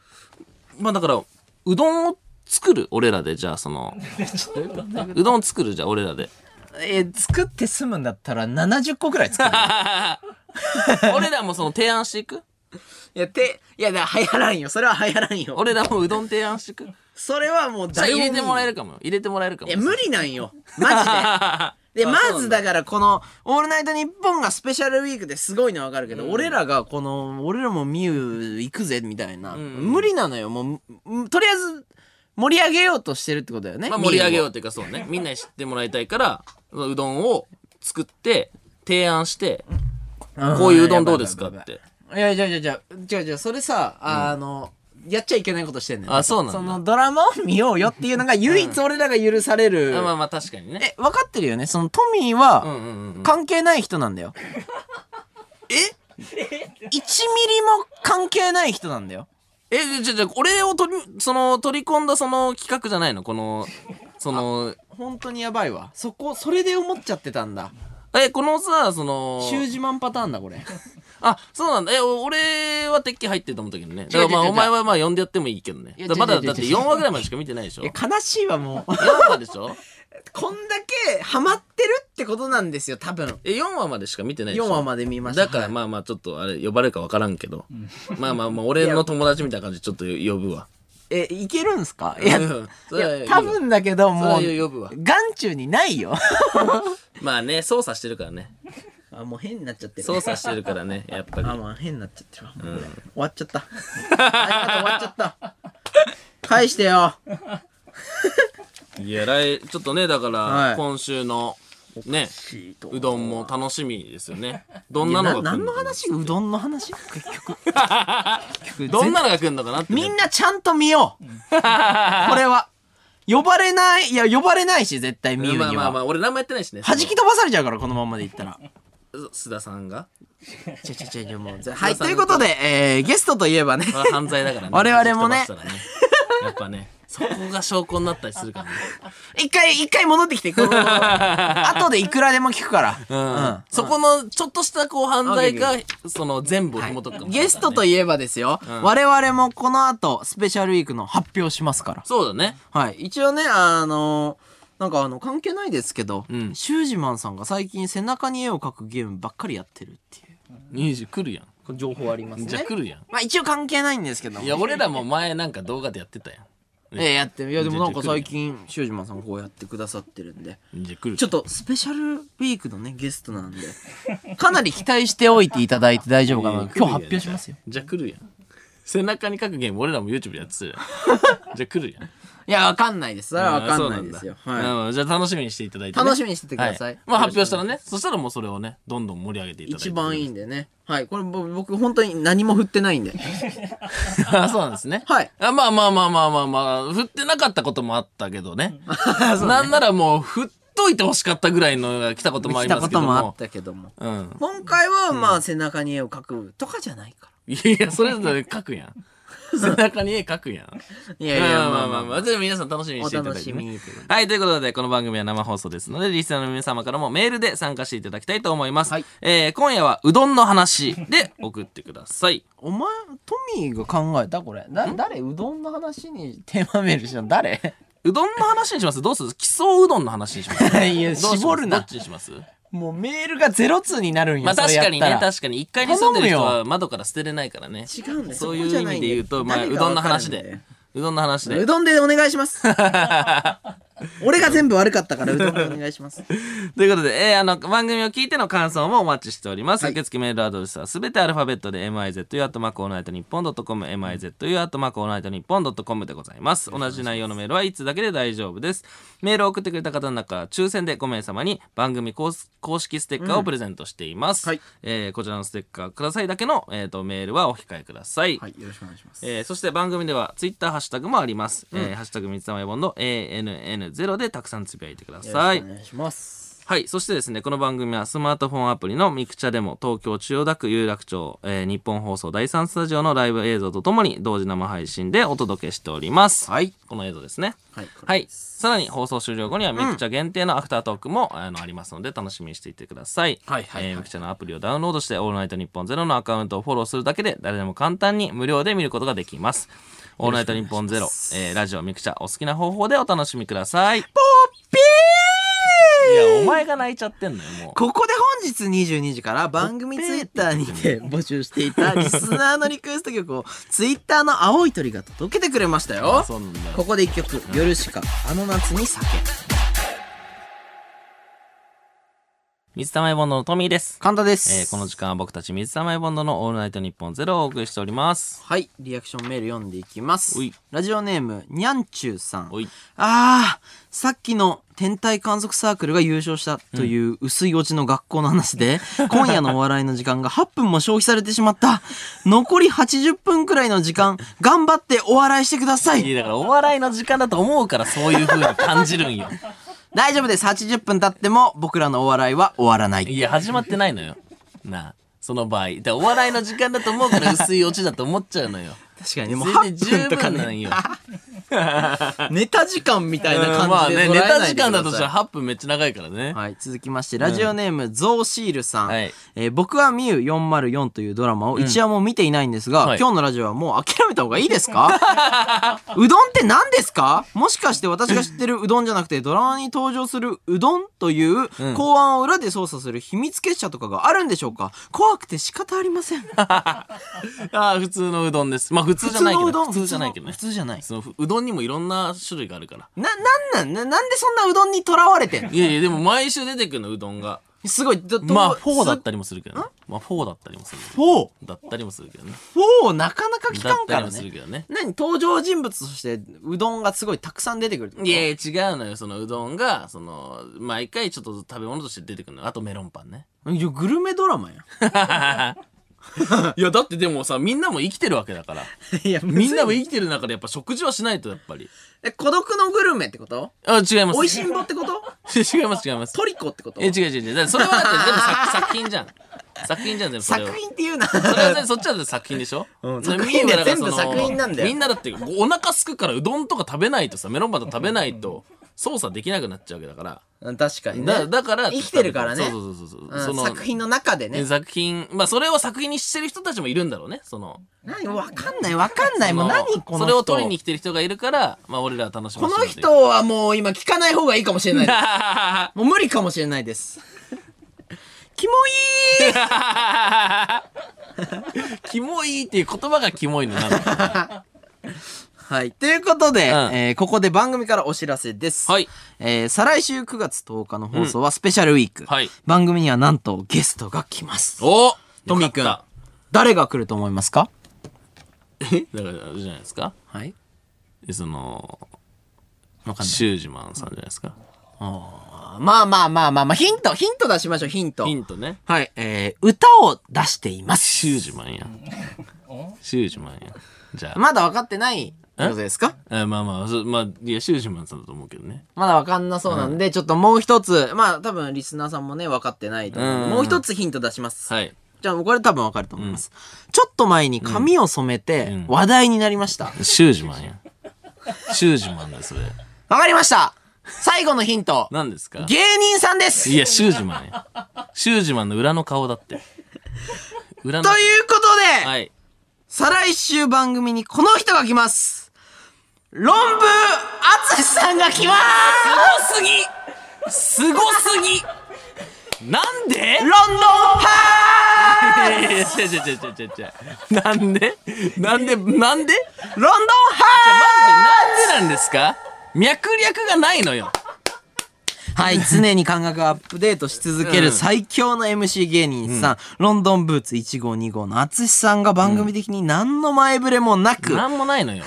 Speaker 1: まあだからうどんを作る俺らでじゃあそのうどんを作るじゃあ俺らで
Speaker 2: えー作って済むんだったら70個ぐらい 作る
Speaker 1: 俺らもその提案していく
Speaker 2: いやていやだから流行らんよそれは流行らんよ
Speaker 1: 俺らもうどん提案していく
Speaker 2: それはもう
Speaker 1: じゃあ
Speaker 2: 誰
Speaker 1: 入
Speaker 2: も
Speaker 1: れてもらえ
Speaker 2: る。
Speaker 1: るかもよ入れてもらえるかも
Speaker 2: い
Speaker 1: よ
Speaker 2: や、無理なんよ。マ ジで。で、
Speaker 1: あ
Speaker 2: ま
Speaker 1: そうなんだ
Speaker 2: ずだからこの、オールナイトニッポンがスペシャルウィークですごいのはわかるけど、俺らがこの、俺らもミュウ行くぜ、みたいな。無理なのよ。もう、んとりあえず、盛り上げようとしてるってことだよね。
Speaker 1: まあ、盛り上げよう
Speaker 2: う。
Speaker 1: っていうかそうねみんなに知ってもらいたいからうどんを作って提案してこういううどんどうですかって
Speaker 2: いやいやいやいや、違う違う、それさ、あの、やっちゃいけないことしてんねん。
Speaker 1: あそうなんだ
Speaker 2: そのドラマを見ようよっていうのが唯一俺らが許される。
Speaker 1: あまあまあ確かにね
Speaker 2: え、分かってるよねそのトミーは、
Speaker 1: うんうんうん
Speaker 2: 関係ない人なんだ よ。え ?1 ミリも関係ない人なんだよ。
Speaker 1: えじゃあじゃあ俺を取りその取り込んだその企画じゃないのこのその
Speaker 2: 本当にやばいわ。そこ、それで思っちゃってたんだ。
Speaker 1: えこのさその
Speaker 2: 習字マンパターンだ、これ。
Speaker 1: あそうなんだえお俺は鉄筋入ってると思ったけどねだからま
Speaker 2: 違う
Speaker 1: あ
Speaker 2: 違う違う
Speaker 1: お前はまあ呼んでやってもいいけどね
Speaker 2: いや
Speaker 1: だからまだ
Speaker 2: 違う違う違
Speaker 1: だ
Speaker 2: う
Speaker 1: って4話ぐらいまでしか見てないでしょ
Speaker 2: いや
Speaker 1: 4
Speaker 2: 悲しいわ、もう。
Speaker 1: 話でしょ
Speaker 2: こんだけハマってるってことなんですよ、多分。
Speaker 1: え4話までしか見てないでしょ
Speaker 2: 4話まで見ました。
Speaker 1: だから
Speaker 2: はい
Speaker 1: まあまあちょっとあれ呼ばれるか分からんけど、まあまあまあ俺の友達みたいな感じでちょっと呼ぶわ。
Speaker 2: え、いけるんすかいや、
Speaker 1: うんそ
Speaker 2: い
Speaker 1: れはいい
Speaker 2: や、多分だけど、もう、
Speaker 1: それは呼ぶわ
Speaker 2: 眼中にないよ。
Speaker 1: まあね操作してるからね
Speaker 2: あ、もう変になっちゃってる。
Speaker 1: 操作してるからねやっぱり
Speaker 2: あ、まあ変になっちゃってるわ。もうこれ終わっちゃった。ありがとう終わっちゃった。返してよ。
Speaker 1: いや来ちょっとねだか
Speaker 2: は
Speaker 1: ら
Speaker 2: い
Speaker 1: 今週のねうどんも楽しみですよねどん
Speaker 2: いや
Speaker 1: な
Speaker 2: な
Speaker 1: のが来
Speaker 2: 何
Speaker 1: る
Speaker 2: の
Speaker 1: のかな
Speaker 2: 話うどんの話結 局結局
Speaker 1: どん
Speaker 2: ぜ
Speaker 1: なのが来るのかなってね、
Speaker 2: みんなちゃんと見よ うこれは呼ばれないいや呼ばれないし絶対見るに
Speaker 1: まあまあま
Speaker 2: は
Speaker 1: あ俺何もやってないしね
Speaker 2: 弾き飛ばされちゃうからこのまんまでいったら
Speaker 1: 須田さんが
Speaker 2: ちょちょちょち ょもうじゃあはいということで、えー、ゲストといえばね
Speaker 1: これは犯罪だからね
Speaker 2: 我々もね
Speaker 1: 走ってましたらねやっぱねそこが証拠になったりす るからね
Speaker 2: 一回一回戻ってき てこう後でいくらでも聞くから、
Speaker 1: うんそこのちょっとしたこう犯罪が
Speaker 2: オ
Speaker 1: その全部を紐解くかもしれない
Speaker 2: ゲストといえばですよ、我々もこの後スペシャルウィークの発表しますから
Speaker 1: そうだね
Speaker 2: はい一応ねあのなんかあの関係ないですけど、
Speaker 1: ん
Speaker 2: シュージマンさんが最近背中に絵を描くゲームばっかりやってるっていう
Speaker 1: 20来るやん
Speaker 2: 情報あります
Speaker 1: じゃあ来るやん
Speaker 2: まあ一応関係ないんですけども
Speaker 1: いや俺らも前なんか動画でやってたやん
Speaker 2: ええやってるいやでもなんか
Speaker 1: じゃあ
Speaker 2: 最近シュージマンさんこうやってくださってるんで
Speaker 1: じゃあ来る
Speaker 2: ちょっとスペシャルウィークのねゲストなんで かなり期待しておいていただいて大丈夫かな今日発表しますよ
Speaker 1: じゃあ来るやん背中に書くゲーム俺らも YouTube でやってたや んじゃあ来るやん
Speaker 2: いやわかんないですそれはわかんないですよ
Speaker 1: あそうなんだ
Speaker 2: は
Speaker 1: うんじゃあ楽しみにしていただいて、
Speaker 2: 楽しみにしててください
Speaker 1: はまあ発表したらねそしたらもうそれをねどんどん盛り上げてい
Speaker 2: い
Speaker 1: ただいて
Speaker 2: 一番いいんでねはいこれぼ僕本当に何も振ってないんで
Speaker 1: あそうなんです ね
Speaker 2: はい
Speaker 1: あまあまあまあまあまあまあ振ってなかったこともあったけどね なんならもう振っといてほしかったぐらいのが来たこともあ
Speaker 2: 来
Speaker 1: り
Speaker 2: た
Speaker 1: ま
Speaker 2: こ
Speaker 1: すけど
Speaker 2: ともあ
Speaker 1: も
Speaker 2: ったけども
Speaker 1: うん
Speaker 2: 今回はまあ背中に絵を描くとかじゃないか
Speaker 1: いやいやそれぞれ書くやん背中に絵書くや ん
Speaker 2: らい
Speaker 1: いやいやまあまあまあ、でも皆さん楽しみにしていただいて、
Speaker 2: お楽しみに
Speaker 1: ね
Speaker 2: ということ。
Speaker 1: はい、ということで、この番組は生放送ですので、リスナーの皆様からもメールで参加していただきたいと思います。
Speaker 2: はい
Speaker 1: えー今夜はうどんの話で送ってください。
Speaker 2: お前トミーが考えたこれだ誰うどんの話にテーマメールしたの 誰
Speaker 1: うどんの話にしますどうする基礎うどんの話にします
Speaker 2: いや
Speaker 1: どうします
Speaker 2: 絞るな
Speaker 1: どっちにします
Speaker 2: もうメールがゼロ通になるんや
Speaker 1: まあ
Speaker 2: そ
Speaker 1: 確
Speaker 2: れやっ
Speaker 1: か
Speaker 2: た
Speaker 1: に
Speaker 2: ら
Speaker 1: ね、確かに1階に住んでる人
Speaker 2: 頼む
Speaker 1: は窓から捨てれないからね。
Speaker 2: 違うんだよ
Speaker 1: そういう意味で言うと、まあ、うどんの話で。うどんの話で
Speaker 2: う。どんでお願いします 俺が全部悪かったからうどんでお願いします
Speaker 1: ということで、えーあの、番組を聞いての感想もお待ちしております。受付メールアドレスはすべてアルファベットで mizu.macallnightnippon.com、mizu.macallnightnippon.com でございます。同じ内容のメールはいつだけで大丈夫です。メールを送ってくれた方の中から抽選で5名様に番組公式公式ステッカーをプレゼントしています。
Speaker 2: はい
Speaker 1: えーこちらのステッカーくださいだけの、えー、とメールはお控えください。
Speaker 2: いよろしくお願いします
Speaker 1: えーそして番組ではツイッターハッシュタグもあります。えーハッシュタグ三つ玉やボンド ANN0 でたくさんつぶやいてください。
Speaker 2: お願いします
Speaker 1: はい。そしてですね、この番組はスマートフォンアプリのミクチャでも東京千代田区有楽町、えー日本放送第3スタジオのライブ映像とともに同時生配信でお届けしております。
Speaker 2: はい
Speaker 1: この映像ですね。
Speaker 2: はい
Speaker 1: はい。さらに放送終了後にはミクチャ限定のアフタートークも、あのありますので楽しみにしていてください。
Speaker 2: はいはいはい
Speaker 1: えーミクチャのアプリをダウンロードして、オールナイトニッポンゼロのアカウントをフォローするだけで誰でも簡単に無料で見ることができます。オールナイトニッポンゼロ、えーラジオミクチャお好きな方法でお楽しみください。い
Speaker 2: ポッピー
Speaker 1: や、お前が泣いちゃってんのよ、もう。
Speaker 2: ここで本日22時から番組ツイッターに て募集していたリスナーのリクエスト曲をツイッターの青い鳥が届けてくれましたよ
Speaker 1: そうなんだよ
Speaker 2: ここで一曲「夜しかあの夏に酒
Speaker 1: 水溜りボンドのトミーです」。
Speaker 2: 簡単です、
Speaker 1: えーこの時間は僕たち水溜りボンドのオールナイトニッポンゼロをお送りしております。
Speaker 2: はいリアクションメール読んでいきます
Speaker 1: おい
Speaker 2: ラジオネームにゃんちゅうさん
Speaker 1: おい。
Speaker 2: あーさっきの天体観測サークルが優勝したという薄いオチの学校の話で、今夜のお笑いの時間が8分も消費されてしまった残り80分くらいの時間頑張ってお笑いしてくださ
Speaker 1: い
Speaker 2: い
Speaker 1: や、だからお笑いの時間だと思うからそういう風に感じる んよ。
Speaker 2: 大丈夫です80分経っても僕らのお笑いは終わらない
Speaker 1: いや、始まってないのよ。なあ、その場合。だからお笑いの時間だと思うから薄いオチだと思っちゃうのよ。
Speaker 2: 確かにもう
Speaker 1: それで十
Speaker 2: 8分とか
Speaker 1: 分な
Speaker 2: ね
Speaker 1: ん よ。
Speaker 2: ネタ時間みたいな
Speaker 1: うんまあ
Speaker 2: 感じで
Speaker 1: ね、ネ
Speaker 2: 捉えないでください、
Speaker 1: タ時間だとしたら8分めっちゃ長いからね。
Speaker 2: はい、続きまして、ラジオネーム、ゾウシールさん。
Speaker 1: はい
Speaker 2: えー僕はミュー404というドラマを一話も見ていないんですが、
Speaker 1: はい
Speaker 2: 今日のラジオはもう諦めた方がいいですか うどんって何ですかもしかして私が知ってるうどんじゃなくて、ドラマに登場するうどんという
Speaker 1: うん
Speaker 2: 考案を裏で操作する秘密結社とかがあるんでしょうか怖くて仕方あり ません。
Speaker 1: ああ、普通のうどんです。まあ普通じゃないけど、普通じゃないけどね
Speaker 2: 普。通じゃない。
Speaker 1: そのふうどんにもいろんな種類があるから。
Speaker 2: な、なんなんななんでそんなうどんにとらわれてんの
Speaker 1: いやいや、でも毎週出てくるの、うどんが。
Speaker 2: すごい、どど
Speaker 1: まあ、フォーだっ
Speaker 2: す
Speaker 1: たりもするけどね。まあ、フォーだったりもする。
Speaker 2: フォー
Speaker 1: だったりもするけどね。
Speaker 2: フォーなかなか聞
Speaker 1: だっ
Speaker 2: かん
Speaker 1: た
Speaker 2: か
Speaker 1: りも
Speaker 2: ら
Speaker 1: する
Speaker 2: ね。
Speaker 1: けどね。
Speaker 2: 何登場人物としてうどんがすごいたくさん出てくるってこと
Speaker 1: いやいや、違うのよ。そのうどんが、その、毎回ちょっと食べ物として出てくるのよ。あとメロンパンね。
Speaker 2: いやグルメドラマや
Speaker 1: いや、だってでもさ、みんなも生きてるわけだ から。
Speaker 2: いや
Speaker 1: みんなも生きてる中でやっぱ食事はしないと、やっぱり。
Speaker 2: え孤独のグルメってこと
Speaker 1: あ、違います。
Speaker 2: 美味しんぼってこと
Speaker 1: 違います違います
Speaker 2: トリコってこと
Speaker 1: え違う違う違うだからそれはだって全部作作品じゃん作品じゃん全部それは
Speaker 2: 作品ってい うな。
Speaker 1: それはねそっちはね作品でしょ、
Speaker 2: うん
Speaker 1: それ
Speaker 2: 作品だよ
Speaker 1: みんながその
Speaker 2: 全部作品なんだよ
Speaker 1: みんなだってお腹すくからうどんとか食べないとさメロンパンとか食べないと操作できなくなっちゃうわけだから
Speaker 2: うん確かにね。
Speaker 1: だだから
Speaker 2: 生きてるからね。
Speaker 1: そうそうそうそう、
Speaker 2: うん
Speaker 1: その
Speaker 2: 作品の中でね。
Speaker 1: 作品まあそれを作品にしてる人たちもいるんだろうねその
Speaker 2: 何わかんないわかんない。もう
Speaker 1: その
Speaker 2: 何この人。
Speaker 1: それを取りに来てる人がいるからまあ俺らは楽しみ
Speaker 2: こ
Speaker 1: にして
Speaker 2: の
Speaker 1: るという
Speaker 2: 人はもう今聞かない方がいいかもしれないです。もう無理かもしれない です。キモいー
Speaker 1: キモいっていう言葉がキモいのなんか
Speaker 2: はい。ということで、
Speaker 1: うん
Speaker 2: えーここで番組からお知らせです。
Speaker 1: はい
Speaker 2: えー再来週9月10日の放送はスペシャルウィーク。
Speaker 1: はい
Speaker 2: 番組にはなんとゲストが来ます。
Speaker 1: お
Speaker 2: トミーくん。誰が来ると思いますか
Speaker 1: えだからあれじゃないですか
Speaker 2: はい。
Speaker 1: でその
Speaker 2: わかんない。
Speaker 1: シュージマンさんじゃないですか
Speaker 2: まあまあまあまあまあ、ヒント、ヒント出しましょう、ヒント。
Speaker 1: ヒントね
Speaker 2: はい。えー歌を出しています。
Speaker 1: シュージマンやシュージマンやじゃあ、
Speaker 2: まだ分かってないってことですか
Speaker 1: えまあまあそまあいやシュージマンさんだと思うけどね
Speaker 2: まだ分かんなそうなんで、ちょっともう一つ、まあ多分リスナーさんもね、分かってないと思う
Speaker 1: うん
Speaker 2: もう一つヒント出します。
Speaker 1: はい
Speaker 2: じゃあ、これ多分分かると思います。ちょっと前に髪を染めて
Speaker 1: ん
Speaker 2: 話題になりました。わ、
Speaker 1: シュージマンやシュージマンだよそれ
Speaker 2: かりました最後のヒント
Speaker 1: 何ですか
Speaker 2: 芸人さんです
Speaker 1: いやシュージマンやシュージマンの裏の顔だって裏の
Speaker 2: ということで、
Speaker 1: はい
Speaker 2: 再来週番組にこの人が来ます論文あつしさんが来ます
Speaker 1: すぎすごすぎなんで
Speaker 2: ロンドンハ
Speaker 1: いやいやいや違う違う違う違う違うなんでなんでなんで
Speaker 2: ーツロンドン
Speaker 1: な
Speaker 2: ハ
Speaker 1: んでなんですか脈略がないのよ
Speaker 2: ーツはい、常に感覚をアップデートし続け
Speaker 1: う
Speaker 2: る
Speaker 1: ん
Speaker 2: 最強の MC 芸人さん、ロンドンブーツ1号2号のあつしさんが番組的に何の前触れもなく、
Speaker 1: なんもないのよ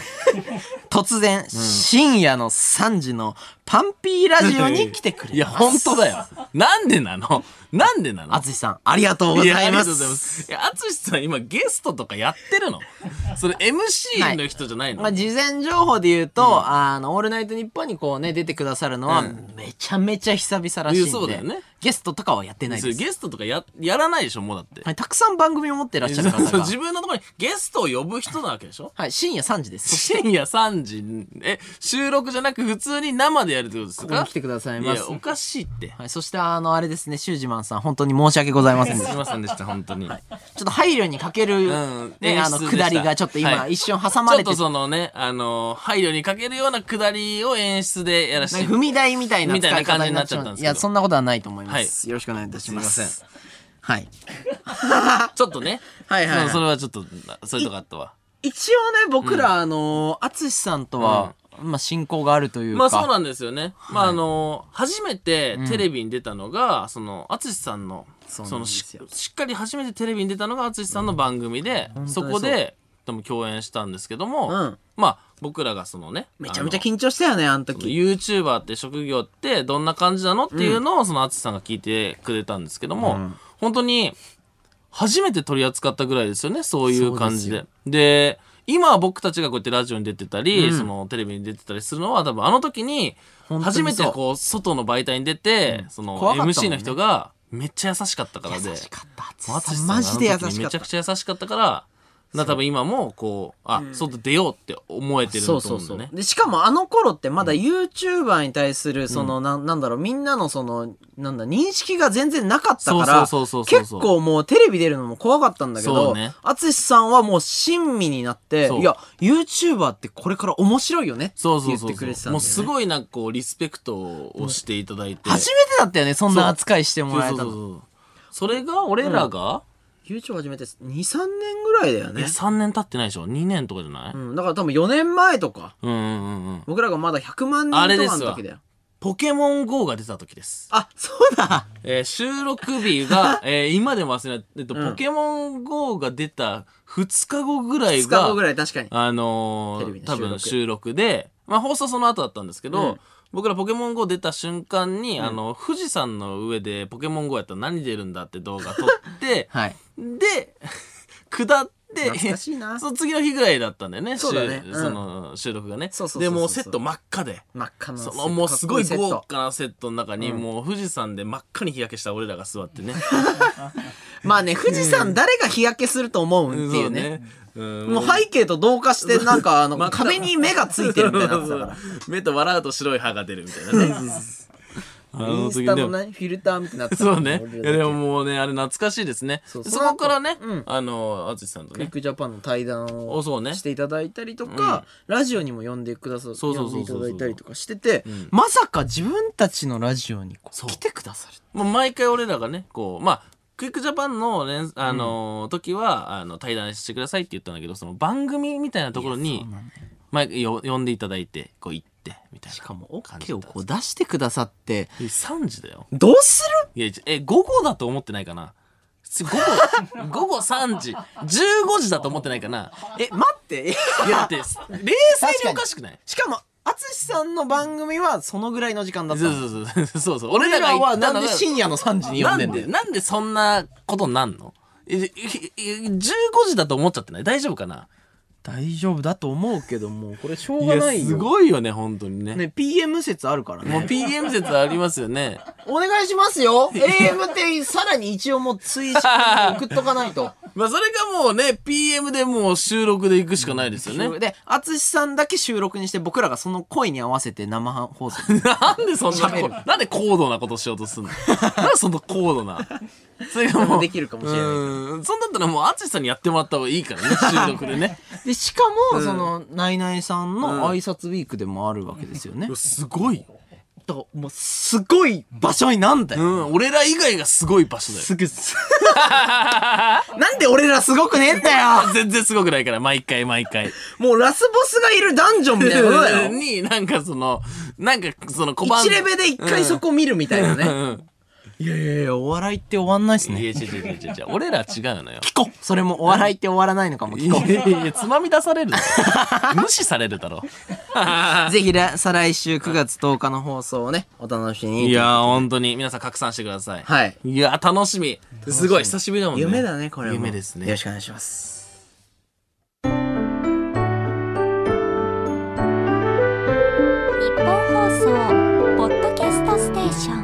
Speaker 2: 突然、深夜の3時のパンピーラジオに来てくれます。
Speaker 1: いや本当だよなんでなのなんでなの
Speaker 2: あつしさん、ありがとうご
Speaker 1: いや
Speaker 2: ざ
Speaker 1: あ
Speaker 2: い
Speaker 1: りが
Speaker 2: ま。
Speaker 1: とうございますすいや淳さん今ゲストとかやってるのそれ MC の人じゃないの、
Speaker 2: まあ、事前情報で言うと、あの、オールナイトニッポンにこうね、出てくださるのは、めちゃめちゃ久々らしいん
Speaker 1: い
Speaker 2: で、
Speaker 1: やそうだよね
Speaker 2: ゲストとかはやってない
Speaker 1: そ
Speaker 2: で
Speaker 1: れ
Speaker 2: す。
Speaker 1: ゲストとかややらないでしょもうだって、
Speaker 2: はい、たくさん番組を持ってらっしゃる方
Speaker 1: そう
Speaker 2: が、
Speaker 1: 自分のところにゲストを呼ぶ人なわけで しょ
Speaker 2: はい、深夜3時です。
Speaker 1: 深夜3時え収録じゃなく普通に生でやるってことですか
Speaker 2: ここに来てくださいます
Speaker 1: やおかしいって
Speaker 2: はい、そして、あの、あれですね、シュージマンさん、本当に申し訳ございませんでし
Speaker 1: す
Speaker 2: た。
Speaker 1: いませんでした本当に、
Speaker 2: ちょっと配慮に欠ける、
Speaker 1: ん
Speaker 2: ね、
Speaker 1: 演
Speaker 2: あの、
Speaker 1: 出でした
Speaker 2: 下りがちょっと今、
Speaker 1: はい
Speaker 2: 一瞬挟ま
Speaker 1: ちょっ
Speaker 2: れ
Speaker 1: てと
Speaker 2: て、
Speaker 1: そのねあの配慮にかけるようなくだりを演出でやらせ
Speaker 2: なん
Speaker 1: て
Speaker 2: か踏み台みたいな使い方になっち
Speaker 1: みたいな感じに
Speaker 2: ゃ
Speaker 1: なっちゃったんですけど
Speaker 2: いや、そんなことはないと思います。よろしくお願いいたします。
Speaker 1: すいませ
Speaker 2: ん。はい。
Speaker 1: ちょっとね
Speaker 2: はいはいはい
Speaker 1: そのそれはちょっとそういうとこあったわ
Speaker 2: 一応ね、僕ら、あのー、淳さんとは、まあ、親交があるというか。
Speaker 1: まあそうなんですよね。まああの、初めてテレビに出たのが、その、淳さんの、そう
Speaker 2: そなん
Speaker 1: の
Speaker 2: で
Speaker 1: し
Speaker 2: すよ、
Speaker 1: しっかり初めてテレビに出たのが淳さんの番組で、
Speaker 2: ん
Speaker 1: そ
Speaker 2: 本
Speaker 1: こ
Speaker 2: 当にそ
Speaker 1: で、でも共演したんですけども、
Speaker 2: うん
Speaker 1: まあ僕らがそのね、
Speaker 2: めちゃめちゃ
Speaker 1: あ
Speaker 2: 緊張したよね、あの
Speaker 1: の
Speaker 2: 時。
Speaker 1: YouTuber って職業ってどんな感じなのっていうのを、その淳さんが聞いてくれたんですけども、
Speaker 2: うん
Speaker 1: 本当に、初めて取り扱ったぐらいですよね、そういう感じで。で、今僕たちがこうやってラジオに出てたり、そのテレビに出てたりするのは多分あの時に、
Speaker 2: 本当にそ
Speaker 1: 初
Speaker 2: う
Speaker 1: めてこう外の媒体に出て、その
Speaker 2: 怖かったもんね
Speaker 1: MC の人がめっちゃ優しかったからで、
Speaker 2: 優しかった、
Speaker 1: 淳
Speaker 2: 淳さん。
Speaker 1: さん
Speaker 2: マジで優
Speaker 1: あの時に
Speaker 2: しか
Speaker 1: め
Speaker 2: っ
Speaker 1: ちゃ
Speaker 2: た
Speaker 1: く。ちゃ優しかったから、な多分今もこう、あ、外出ようって思えてるんだと
Speaker 2: そう
Speaker 1: 思
Speaker 2: そううん
Speaker 1: だよ
Speaker 2: そう、
Speaker 1: ね。
Speaker 2: でしかもあの頃ってまだ YouTuber に対するその、なん、なんだろうみんなのそのなんだ認識が全然なかったから
Speaker 1: そうそうそうそうそう
Speaker 2: 結構もうテレビ出るのも怖かったんだけ
Speaker 1: そ
Speaker 2: ど
Speaker 1: うね
Speaker 2: 淳、さんはもう親身になって
Speaker 1: そう
Speaker 2: いや YouTuber ってこれから面白いよねって
Speaker 1: そうそ
Speaker 2: 言
Speaker 1: う
Speaker 2: っ
Speaker 1: そう
Speaker 2: て
Speaker 1: そ
Speaker 2: く
Speaker 1: う、
Speaker 2: れてたんだよ、ね、
Speaker 1: もうすごいなんかこうリスペクトをしていただいて。
Speaker 2: 初めてだったよねそんな扱いしてもらえたの
Speaker 1: そうそうそうそうそれが俺らが、
Speaker 2: YouTube 始めて23年ぐらいだよ
Speaker 1: え
Speaker 2: ね、
Speaker 1: 3年経ってないでしょ ?2 年とかじゃない、
Speaker 2: うん、だから多分4年前とか
Speaker 1: うんうんうんうん。
Speaker 2: 僕らがまだ100万人
Speaker 1: あれ
Speaker 2: と
Speaker 1: で
Speaker 2: か
Speaker 1: す
Speaker 2: の
Speaker 1: わ
Speaker 2: 時だよ
Speaker 1: ポケモン GO が出た時です。
Speaker 2: あそうだ
Speaker 1: えー収録日 が、えー今でも忘れない。えっと、
Speaker 2: うん
Speaker 1: ポケモン GO が出た2日後ぐらい
Speaker 2: 2日
Speaker 1: が
Speaker 2: 後、ぐらい確かに
Speaker 1: あのー
Speaker 2: テレビの
Speaker 1: 多
Speaker 2: 収録
Speaker 1: 分収録で、まあ放送その後だったんですけど、
Speaker 2: うん
Speaker 1: 僕らポケモン GO 出た瞬間に、あの、富士山の上 でポケモン GO やったら何出るんだって動画撮って、
Speaker 2: はい
Speaker 1: で、下で
Speaker 2: 懐かしい な
Speaker 1: その次の日ぐらいだったんだよね
Speaker 2: そうだね
Speaker 1: 収
Speaker 2: うん
Speaker 1: その収録がね
Speaker 2: そうそうそうそう
Speaker 1: でもうセット真っ赤で
Speaker 2: 真っ赤な
Speaker 1: そのもうすごい
Speaker 2: セット
Speaker 1: 豪華なセットの中にもう富士山で真っ赤に日焼けした俺らが座って ね
Speaker 2: まあね富士山誰が日焼けすると思うんっていうね,、
Speaker 1: そうねうん
Speaker 2: もう背景と同化してなんかあの
Speaker 1: 真っ赤
Speaker 2: 壁に目がついてるみたいになってたから
Speaker 1: 目と笑うと白い歯が出るみたいなね あ
Speaker 2: イン
Speaker 1: 時
Speaker 2: ス
Speaker 1: ね
Speaker 2: タのねフィルターみたいになってた
Speaker 1: そうね
Speaker 2: 俺
Speaker 1: い
Speaker 2: ら
Speaker 1: や
Speaker 2: だけ
Speaker 1: でももうねあれ懐かしいですね
Speaker 2: そ
Speaker 1: そうこからね
Speaker 2: その後うん
Speaker 1: あの淳さんと
Speaker 2: クイ
Speaker 1: ね
Speaker 2: ックジャパンの対談を
Speaker 1: おそうね
Speaker 2: していただいたりとか、ラジオにも呼んでくださ
Speaker 1: そうそう
Speaker 2: 呼
Speaker 1: そ
Speaker 2: ん
Speaker 1: う
Speaker 2: で
Speaker 1: そう
Speaker 2: いただいたりとかしてて、
Speaker 1: ん
Speaker 2: まさか自分たちのラジオにこう
Speaker 1: そう
Speaker 2: 来てくださる
Speaker 1: もう毎回俺らがねこうまあクイックジャパンの連、あの時はあの対談してくださいって言ったんだけどその番組みたいなところに前よ呼んでいただいてこう行ってみたいな
Speaker 2: しかも
Speaker 1: 感
Speaker 2: OK
Speaker 1: じ
Speaker 2: を
Speaker 1: だった
Speaker 2: こう出してくださって
Speaker 1: え3時だよ
Speaker 2: どうする
Speaker 1: いやえ午後だと思ってないかな午後 午後3時15時だと思ってないかな
Speaker 2: え待って
Speaker 1: いやだって冷静におかしくない
Speaker 2: しかも淳さんの番組はそのぐらいの時間だった
Speaker 1: そ
Speaker 2: の
Speaker 1: うそうそうそうそう俺
Speaker 2: 俺
Speaker 1: らが
Speaker 2: ら
Speaker 1: 行っ
Speaker 2: は
Speaker 1: たのが
Speaker 2: なんで深夜の3時に呼んでんだよ
Speaker 1: なんでなんでそんなことになんのえええ15時だと思っちゃってない大丈夫かな
Speaker 2: 大丈夫だと思うけどもうこれしょう
Speaker 1: い
Speaker 2: が
Speaker 1: や
Speaker 2: ないよ
Speaker 1: すごいよね本当にね
Speaker 2: ね PM 説あるから
Speaker 1: もう
Speaker 2: ね
Speaker 1: PM 説ありますよね
Speaker 2: お願いしますよ AM ってさらに一応もう追加送っとかないと
Speaker 1: まあそれがもうね PM でもう収録で行くしかないですよ ね、
Speaker 2: で淳さんだけ収録にして僕らがその声に合わせて生放送
Speaker 1: なんでそんな
Speaker 2: 喋
Speaker 1: こなんで高度なことしようとすんのなんでそんな高度なそれがもう
Speaker 2: できるかもしれないけど
Speaker 1: うんそんだったらもう淳さんにやってもらった方がいいから ね収録でね
Speaker 2: でしかもそのナイナイさんの挨拶ウィークでもあるわけですよね
Speaker 1: いやすごいよ、
Speaker 2: だからもうすごい場所になんだ
Speaker 1: う
Speaker 2: よ
Speaker 1: ん、俺ら以外がすごい場所だよ
Speaker 2: すぐなんで俺らすごくねえんだよ
Speaker 1: 全然すごくないから、毎回毎 回。
Speaker 2: もうラスボスがいるダンジョンみたいなことだよ。
Speaker 1: に、なんかその、なんかその小判。
Speaker 2: 1レベで一回そこ見るみたいなね。
Speaker 1: うん。
Speaker 2: いやいやいや、お笑いって終わんないっ
Speaker 1: い
Speaker 2: す
Speaker 1: や、違
Speaker 2: ね。
Speaker 1: う違う違う違う。俺ら違うのよ。
Speaker 2: 聞こうそれもお笑いって終わらないのかも
Speaker 1: い
Speaker 2: 聞こ
Speaker 1: やいやいや、つまみ出さ れるだろ無視されるだろ。
Speaker 2: う。 ぜひら、再来週9月10日の放送をね、お楽しみに。
Speaker 1: いやー、本当に、皆さん拡散してください。
Speaker 2: はい。
Speaker 1: いやー、楽しみ。すごい、久しぶりだもんね。
Speaker 2: 夢だね、これも。
Speaker 1: 夢ですね
Speaker 2: よろしくお願いします。
Speaker 3: 日本放送ポッドキャストステーション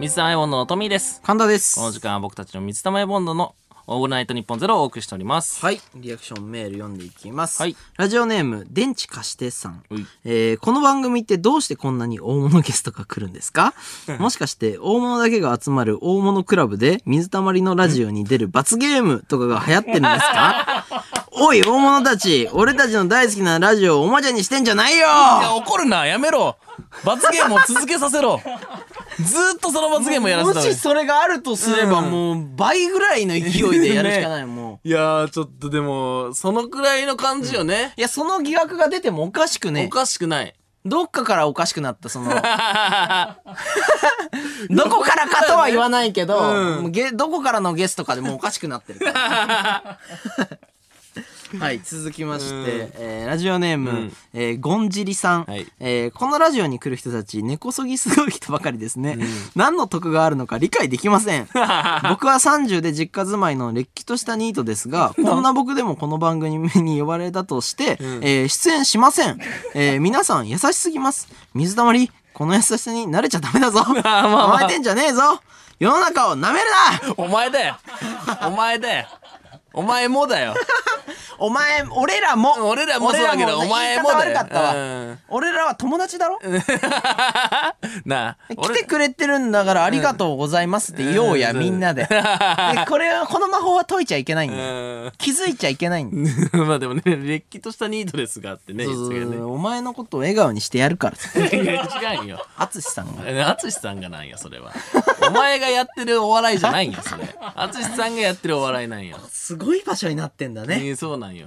Speaker 1: 水溜りボンドのトミーです。
Speaker 2: 神田です。
Speaker 1: この時間は僕たちの水溜りボンドのオールナイトニッポンゼロをお送りしております。
Speaker 2: はい。リアクションメール読んでいきます。
Speaker 1: はい
Speaker 2: ラジオネーム、電池貸してさん
Speaker 1: うい。
Speaker 2: えーこの番組ってどうしてこんなに大物ゲストが来るんで すかもしかして大物だけが集まる大物クラブで水たまりのラジオに出る罰ゲームとかが流行ってるんです かおい、大物たち、俺たちの大好きなラジオをおもちゃにしてんじゃないよ
Speaker 1: いや、怒るな、やめろ。罰ゲームを続けさせろ。 ずーっとその罰ゲームをやらせたのに
Speaker 2: それがあるとすれば、もう倍ぐらいの勢いでやるしかない、もう。
Speaker 1: いやー、ちょっとでも、そのくらいの感じよね。
Speaker 2: いや、その疑惑が出てもおかしく
Speaker 1: おかしくない。
Speaker 2: どっかからおかしくなっ た、その。どこからかとは言わないけど、もうゲどこからのゲストかでもうおかしくなってる から。はい、続きまして、えーラジオネーム、
Speaker 1: ん
Speaker 2: えーゴンジリさん、
Speaker 1: はい
Speaker 2: えーこのラジオに来る人たち、根こそぎすごい人ばかりですね。何の得があるのか理解できま せん。僕は30で実家住まいのれっきとしたニートで すが、こんな僕でもこの番組に呼ばれたとして、えー出演しません。えー皆さん優しすぎます。水溜り、この優しさに慣れちゃダメだ ぞ。甘えてんじゃねえぞ。世の中を舐めるな
Speaker 1: お前だよ。お前だよ。お前もだよ。
Speaker 2: お前、俺らも。
Speaker 1: 俺らもそうだけど、お
Speaker 2: 俺
Speaker 1: 前
Speaker 2: ら
Speaker 1: もだ
Speaker 2: 言い
Speaker 1: よ。
Speaker 2: 方悪かったわ。俺らは友達だろ
Speaker 1: うん なあ、
Speaker 2: 来てくれてるんだからありがとうございますって言おうや、
Speaker 1: うん
Speaker 2: みん なで。でこれは、この魔法は解いちゃいけないんだよ。
Speaker 1: う
Speaker 2: 気づいちゃいけないんだよ。
Speaker 1: ん。 まあでもね、れっきとしたニートですがってね、言ってたけどね。
Speaker 2: お前のことを笑顔にしてやるから。
Speaker 1: いや、違うよ。
Speaker 2: 淳さんが。
Speaker 1: 淳さんがなんや、それは。お前がやってるお笑いじゃないんや、それ。淳さんがやってるお笑いなんや。
Speaker 2: すごい場所になってんだね。
Speaker 1: えーそうなん よ。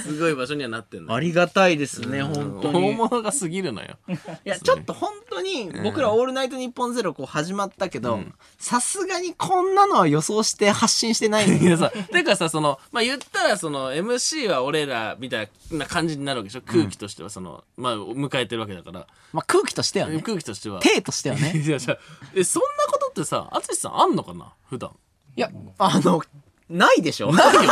Speaker 1: すごい場所にはなってんのよ。
Speaker 2: ありがたいですね、本当
Speaker 1: 大
Speaker 2: に。
Speaker 1: 物が過ぎるのよ。
Speaker 2: いや、ちょっと本当に、僕らオールナイトニッポンゼロこう始まったけど、さすがにこんなのは予想して発信してない
Speaker 1: い
Speaker 2: の
Speaker 1: や
Speaker 2: よ。
Speaker 1: さ、てかさ、その、まあ、言ったら、その、MC は俺らみたいな感じになるわけでしょ空気としては、その、まあ、迎えてるわけだから、
Speaker 2: まあ空気としてはね。
Speaker 1: 空気としては。
Speaker 2: 体としてはね。
Speaker 1: いや、じゃあえ、そんなことってさ、淳さんあんのかな普段。
Speaker 2: いや、あの、ないでしょ
Speaker 1: ないよね。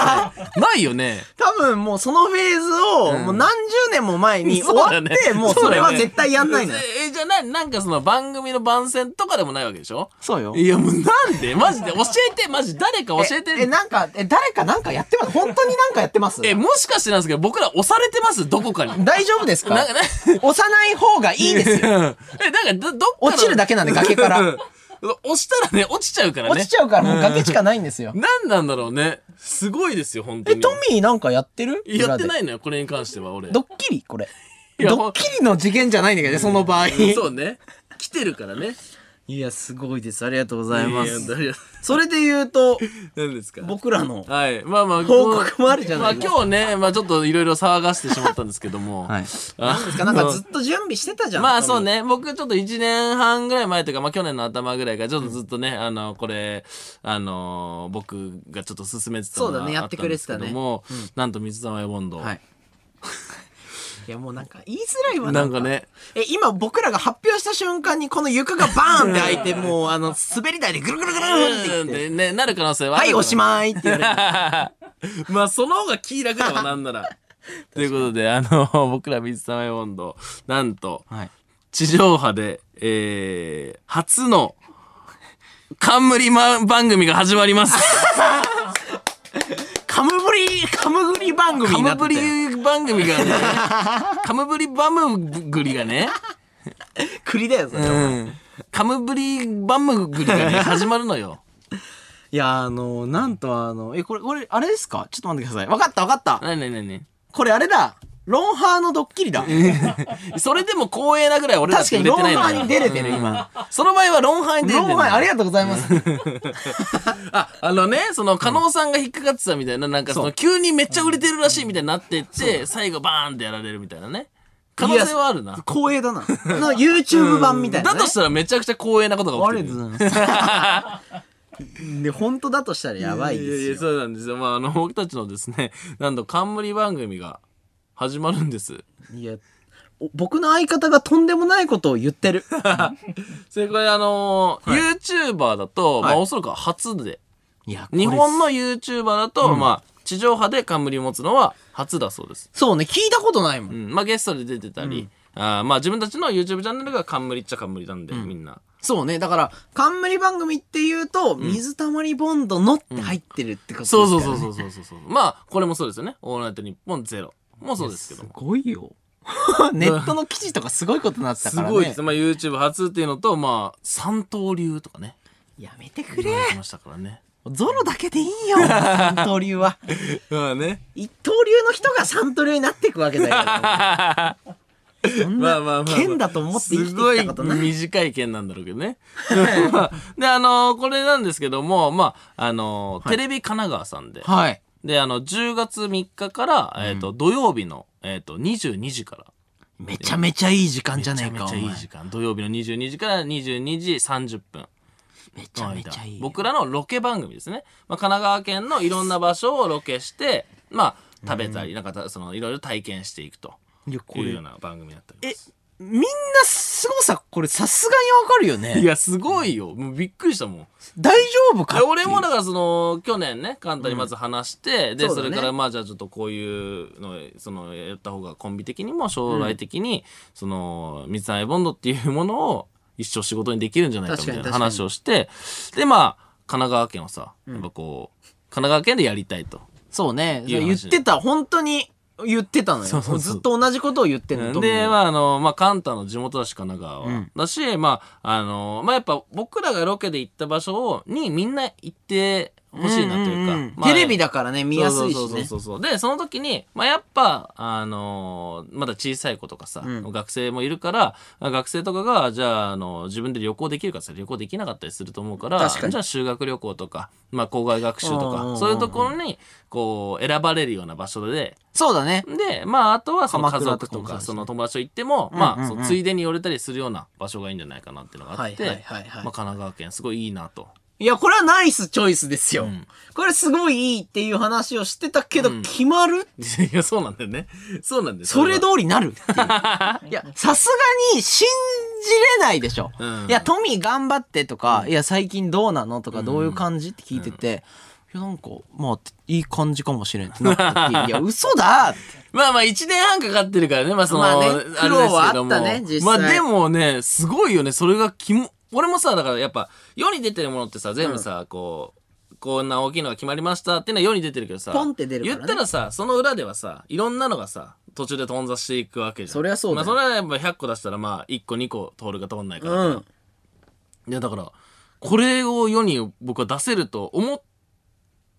Speaker 1: ないよね。
Speaker 2: 多分もうそのフェーズを
Speaker 1: ん
Speaker 2: もう何十年も前に
Speaker 1: そ
Speaker 2: 終
Speaker 1: う
Speaker 2: わ
Speaker 1: だ
Speaker 2: っ
Speaker 1: ね
Speaker 2: て、もうそれは絶対やんないのよ。
Speaker 1: え、じゃあな、なんかその番組の番宣とかでもないわけでしょ
Speaker 2: そうよ
Speaker 1: いや、もうなんでマジで教えて、マジ誰か教えて。
Speaker 2: え、なんか、え、誰かなんかやってます本当になんかやってます
Speaker 1: え、もしかしてなんですけど、僕ら押されてますどこかに。なんか
Speaker 2: 大丈夫ですか
Speaker 1: なんか ね
Speaker 2: 押さない方がいいですよ。
Speaker 1: え、なんかど、どっかの
Speaker 2: 落ちるだけなんで崖か
Speaker 1: うん
Speaker 2: ら。
Speaker 1: 押したらね、落ちちゃうからね。
Speaker 2: 落ちちゃうからもう崖しかないんですよ。
Speaker 1: なんなんだろうね。すごいですよ、本当
Speaker 2: え、
Speaker 1: に。
Speaker 2: トミーなんかやってる。
Speaker 1: やってないいのよ、これに関しては、俺。
Speaker 2: 裏でドッキリこれ。
Speaker 1: いや
Speaker 2: ドッキリの次元じゃないんだけどね、その場合。
Speaker 1: そうね。来てるからね。
Speaker 2: いや、すごいです。ありがとうございま
Speaker 1: や
Speaker 2: す。
Speaker 1: やいや
Speaker 2: それで言うと、
Speaker 1: 何ですか
Speaker 2: 僕らの
Speaker 1: はい。まあまあ、
Speaker 2: 報告もあるじゃない
Speaker 1: まあ
Speaker 2: です
Speaker 1: 今
Speaker 2: か。
Speaker 1: 日ね、まあちょっといろいろ騒がしてしまったんですけども。
Speaker 2: はい。
Speaker 1: あ
Speaker 2: なんですかなんかずっと準備してたじゃん。
Speaker 1: まあそうね、僕ちょっと1年半ぐらい前というか、まあ去年の頭ぐらいからちょっとずっとね、あの、これ、あのー、僕がちょっと進めてたの
Speaker 2: そうだね
Speaker 1: が
Speaker 2: や
Speaker 1: あ
Speaker 2: っ
Speaker 1: ってた
Speaker 2: く
Speaker 1: ん
Speaker 2: れ
Speaker 1: で
Speaker 2: て
Speaker 1: す
Speaker 2: た
Speaker 1: け
Speaker 2: ね
Speaker 1: ども、なんと水溜りボンド。
Speaker 2: はい。 いやもうなんか言いづらいわ
Speaker 1: なんか。ね、
Speaker 2: え、今僕らが発表した瞬間にこの床がバーンって開いて、もうあの、滑り台でぐるぐるぐるって
Speaker 1: う
Speaker 2: 言
Speaker 1: ん
Speaker 2: っ、
Speaker 1: っててね、なる可能性はあ
Speaker 2: は
Speaker 1: る
Speaker 2: い、
Speaker 1: から
Speaker 2: おしまいって言われる。
Speaker 1: まあ、その方が気楽だわ、なんな ら。ということで、あの、 僕ら水溜りボンド、なんと、
Speaker 2: はい。
Speaker 1: 地上波で、えー、初の、冠ま番組が始まり ます。
Speaker 2: カムブリ、カムブリ番組
Speaker 1: カ
Speaker 2: にな
Speaker 1: ム
Speaker 2: ってた
Speaker 1: ブ
Speaker 2: よ
Speaker 1: リ番組がね、カムブリバムグリがね、
Speaker 2: 栗だよ、それは。
Speaker 1: カムブリバムグリがね、始まるのよ。
Speaker 2: いや、あの、なんとあの、え、これ、これ、あれですかちょっと待ってください。わかった、わかった。
Speaker 1: なになになに
Speaker 2: これあれだ。ロンハーのドッキリだ。
Speaker 1: それでも光栄なぐらい俺た
Speaker 2: 確
Speaker 1: ち売
Speaker 2: かに
Speaker 1: れ
Speaker 2: ロ
Speaker 1: てない
Speaker 2: ン
Speaker 1: の
Speaker 2: ハ
Speaker 1: よ
Speaker 2: ーに出れてる、今。
Speaker 1: その場合はロンハーに出れて
Speaker 2: ロ
Speaker 1: る
Speaker 2: ンハー、ありがとうございます。
Speaker 1: あ、あのね、その、加納さんが引っかかってたみたいな、なんかその、急にめっちゃ売れてるらしいみたいになってって、最後バーンってやられるみたいなね。可能性はあるな。
Speaker 2: 光栄だな。の YouTube 版みたいな、
Speaker 1: だ
Speaker 2: ね。
Speaker 1: としたらめちゃくちゃ光栄なことが
Speaker 2: あ
Speaker 1: 起
Speaker 2: り
Speaker 1: き
Speaker 2: が
Speaker 1: て
Speaker 2: と
Speaker 1: る。
Speaker 2: うございます。で、本当だとしたらやばいですよ。
Speaker 1: いやいや、そうなんですよ。まあ、あの、 僕たちのですね、なんと冠番組が始まるんです。
Speaker 2: いや、お僕の相方がとんでもないことを言っ てる。
Speaker 1: それこれ、あのー YouTuber だと、ま
Speaker 2: は
Speaker 1: あ、
Speaker 2: い
Speaker 1: おそらく初で、
Speaker 2: いや、
Speaker 1: 日本の YouTuber だと、まあ、地上波で冠を持つのは初だそうです。
Speaker 2: そうね、聞いたことないもん。
Speaker 1: うん、まあゲストで出てたり、あーまあ自分たちの YouTube チャンネルが冠っちゃ冠なんで、みんな。
Speaker 2: そうね、だから、冠番組っていうと、水溜りボンドのって入ってるってことです
Speaker 1: そ
Speaker 2: から
Speaker 1: う
Speaker 2: ね
Speaker 1: そうそうそうそうそうそう。まあこれもそうですよね。オールナイトニッポンゼロもそうですけど
Speaker 2: す
Speaker 1: も。
Speaker 2: ごい よ。ネットの記事とかすごいことになってた
Speaker 1: す
Speaker 2: からね。
Speaker 1: ごいです。まあ YouTube 初っていうのと、まあ三刀流とかね。
Speaker 2: やめてくれ。
Speaker 1: やってましたからね。
Speaker 2: ゾロだけでいいよ、三刀流は。
Speaker 1: まあね。
Speaker 2: 一刀流の人が三刀流になっていくわけだよ。 そん
Speaker 1: まあまあまあ
Speaker 2: な
Speaker 1: まあ
Speaker 2: 剣だと思って生きてきたことな
Speaker 1: す
Speaker 2: い
Speaker 1: ごい短い件なんだろうけどね。まあで、あのーこれなんですけども、まあ、あのーテレビ神奈川さんで、
Speaker 2: はい。
Speaker 1: で、あの、10月3日から、えっ、と、土曜日の、えっ、と、22時から、
Speaker 2: めちゃめちゃいい時間じゃ
Speaker 1: めちゃ
Speaker 2: ねえ
Speaker 1: め
Speaker 2: か、
Speaker 1: ちゃ
Speaker 2: お
Speaker 1: いい
Speaker 2: 前
Speaker 1: 時間土曜日の22時から22時30分
Speaker 2: めち
Speaker 1: の
Speaker 2: ゃ
Speaker 1: 間
Speaker 2: めちゃいい。
Speaker 1: 僕らのロケ番組ですね、まあ、神奈川県のいろんな場所をロケしてまあ食べたりなんかたそのいろいろ体験していくと
Speaker 2: いや、
Speaker 1: いうような番組だったります
Speaker 2: みんな凄さ、これさすがにわかるよ
Speaker 1: い
Speaker 2: ね。
Speaker 1: やすごいよもうびっくりしたもん
Speaker 2: 大丈夫か
Speaker 1: で俺もだからその去年ねカンタにまず話して、で
Speaker 2: そ
Speaker 1: そう
Speaker 2: だね
Speaker 1: れからまあじゃあちょっとこういうのそのやった方がコンビ的にも将来的に、その水溜りボンドっていうものを一生仕事にできるんじゃないかみたい
Speaker 2: 確か
Speaker 1: な
Speaker 2: に確かに
Speaker 1: 話をしてでまあ神奈川県をさやっぱこう、神奈川県でやりたいと。
Speaker 2: そうね。
Speaker 1: いう
Speaker 2: 言っ
Speaker 1: 話
Speaker 2: てた、本当に言ってたのよ。
Speaker 1: そうそうそう
Speaker 2: ずっと同じことを言ってんの。
Speaker 1: で、まあ、あの、まあ、カンタの地元だし、神奈川は。
Speaker 2: うん
Speaker 1: だし、まあ、あの、まあ、やっぱ、僕らがロケで行った場所を、にみんな行ってほしいなというか。
Speaker 2: んんん
Speaker 1: まあ
Speaker 2: テレビだからね、見やすい
Speaker 1: そう
Speaker 2: し
Speaker 1: そう
Speaker 2: ね。
Speaker 1: そうそうそうでその時に、まあ、やっぱ、あのーまだ小さい子とかさ、
Speaker 2: うん
Speaker 1: 学生もいるから学生とかがじゃあ、あの自分で旅行できるかって言ったら旅行できなかったりすると思うから
Speaker 2: 確かに
Speaker 1: じゃあ修学旅行とか、まあ、校外学習と
Speaker 2: うんうんうんう
Speaker 1: か
Speaker 2: ん
Speaker 1: そういうところにこう選ばれるような場所で。
Speaker 2: そうだね。
Speaker 1: で、まあ、あとはその家
Speaker 2: 鎌倉
Speaker 1: 族と
Speaker 2: とかもそう
Speaker 1: か、
Speaker 2: ですね
Speaker 1: その友達と行っても、
Speaker 2: うん
Speaker 1: ま
Speaker 2: うんう
Speaker 1: あ、
Speaker 2: ん
Speaker 1: そのついでに寄れたりするような場所がいいんじゃないかなっていうのがあって、
Speaker 2: はいはいはいは
Speaker 1: まあ、
Speaker 2: い
Speaker 1: 神奈川県すごいいいなと。
Speaker 2: いや、これはナイスチョイスですよ。
Speaker 1: ん
Speaker 2: これすごいいいっていう話をしてたけど、
Speaker 1: うん
Speaker 2: 決まる
Speaker 1: いや、そうなんだよね。そうなんです
Speaker 2: それ
Speaker 1: は
Speaker 2: 通りなるっていういや、さすがに信じれないでしょ。
Speaker 1: うん
Speaker 2: いや、トミー頑張ってとか、いや、最近どうなのとか、どういう感じって聞いてて、やなんかまあいい感じかもしれんってなった時いや嘘だって
Speaker 1: まあまあ1年半かかってるからね、まあその、
Speaker 2: まあね
Speaker 1: あれですけ
Speaker 2: 苦
Speaker 1: ど
Speaker 2: 労
Speaker 1: も。
Speaker 2: はあったね実際
Speaker 1: まあでもね、すごいよね、それがきも、俺もさ、だからやっぱ、世に出てるものってさ、全部さ、こう、こんな大きいのが決まりましたっていうのは世に出てるけどさ、
Speaker 2: ポンって出るからね
Speaker 1: 言ったらさ、その裏ではさ、いろんなのがさ、途中で頓挫していくわけじゃん。
Speaker 2: そりゃそうだ
Speaker 1: まあ
Speaker 2: よ
Speaker 1: それはやっぱ100個出したらまあ1個2個通るか通んないか
Speaker 2: う
Speaker 1: ら。
Speaker 2: ん
Speaker 1: いやだから、これを世に僕は出せると思っ、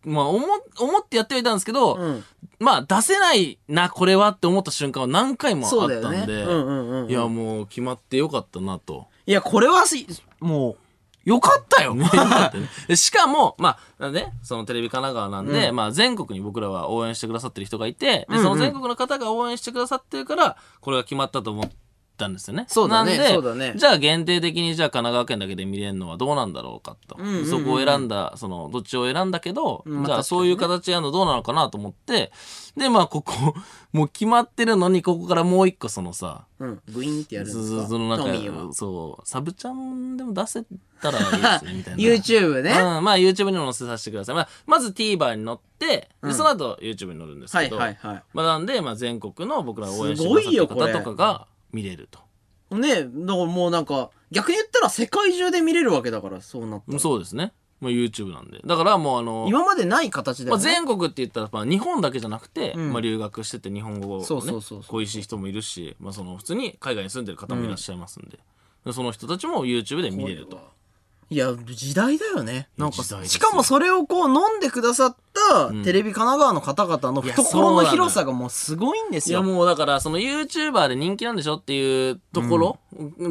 Speaker 1: まあ思、思ってやってはいたんですけど、
Speaker 2: うん
Speaker 1: まあ出せないな、これはって思った瞬間は何回もあ
Speaker 2: そうだ
Speaker 1: った
Speaker 2: よ
Speaker 1: ん
Speaker 2: ね
Speaker 1: で、
Speaker 2: うんうんうんうん
Speaker 1: いやもう決まってよかったなと。
Speaker 2: いやこれはしもうよかったよ
Speaker 1: ねよかったねで しかも、まあ、ね、そのテレビ神奈川なんで、まあ全国に僕らは応援してくださってる人がいて、で、その全国の方が応援してくださってるから、これが決まったと思ったんですよね。
Speaker 2: そうだね
Speaker 1: なんで、
Speaker 2: そうだね
Speaker 1: じゃあ限定的にじゃあ神奈川県だけで見れるのはどうなんだろうかと。
Speaker 2: うんうんうん
Speaker 1: そこを選んだ、その、どっちを選んだけど、
Speaker 2: うんまあ
Speaker 1: じゃあ
Speaker 2: 確かにね
Speaker 1: そういう形やるのどうなのかなと思って、で、まあここ、もう決まってるのに、ここからもう一個そのさ、
Speaker 2: うんブイーンってやるん
Speaker 1: そ
Speaker 2: で
Speaker 1: う
Speaker 2: す
Speaker 1: そ
Speaker 2: か
Speaker 1: うそのなん
Speaker 2: トミーは
Speaker 1: か、そう、サブちゃんでも出せたらいいですね、みたいな。
Speaker 2: YouTube ね、
Speaker 1: うん、まあ YouTube にも載せさせてください。まあ、まず TVer に載って、
Speaker 2: ん
Speaker 1: でその後 YouTube に載るんです
Speaker 2: は
Speaker 1: け
Speaker 2: い
Speaker 1: ど、
Speaker 2: はいは
Speaker 1: まあ、なんで、まあ、全国の僕らを応援してくださってる
Speaker 2: すごいよこ
Speaker 1: 方
Speaker 2: れ
Speaker 1: とかが見れると。
Speaker 2: いねだからもうなんか逆に言ったら世界中で見れるわけだからそうなったら
Speaker 1: そうですね。まあ、YouTube なんで。だからもうあの、
Speaker 2: 今までない形だ
Speaker 1: ま
Speaker 2: よ
Speaker 1: あ、
Speaker 2: ね、
Speaker 1: 全国って言ったら、まあ、日本だけじゃなくて、
Speaker 2: うん
Speaker 1: まあ、留学してて日本語を、ね、
Speaker 2: そうそうそうそう
Speaker 1: 恋しい人もいるし、まあ、その普通に海外に住んでる方もいらっしゃいますんで、でその人たちも YouTube で見れると。
Speaker 2: いや、時代だよね。なんか
Speaker 1: 時代、です
Speaker 2: し
Speaker 1: よ
Speaker 2: かもそれをこう飲んでくださった
Speaker 1: ん
Speaker 2: テレビ神奈川の方々の
Speaker 1: いや
Speaker 2: 懐
Speaker 1: そう
Speaker 2: の
Speaker 1: なの
Speaker 2: 広さがもうすごいんです
Speaker 1: いや
Speaker 2: よ。
Speaker 1: もうだからその YouTuber で人気なんでしょっていうところ、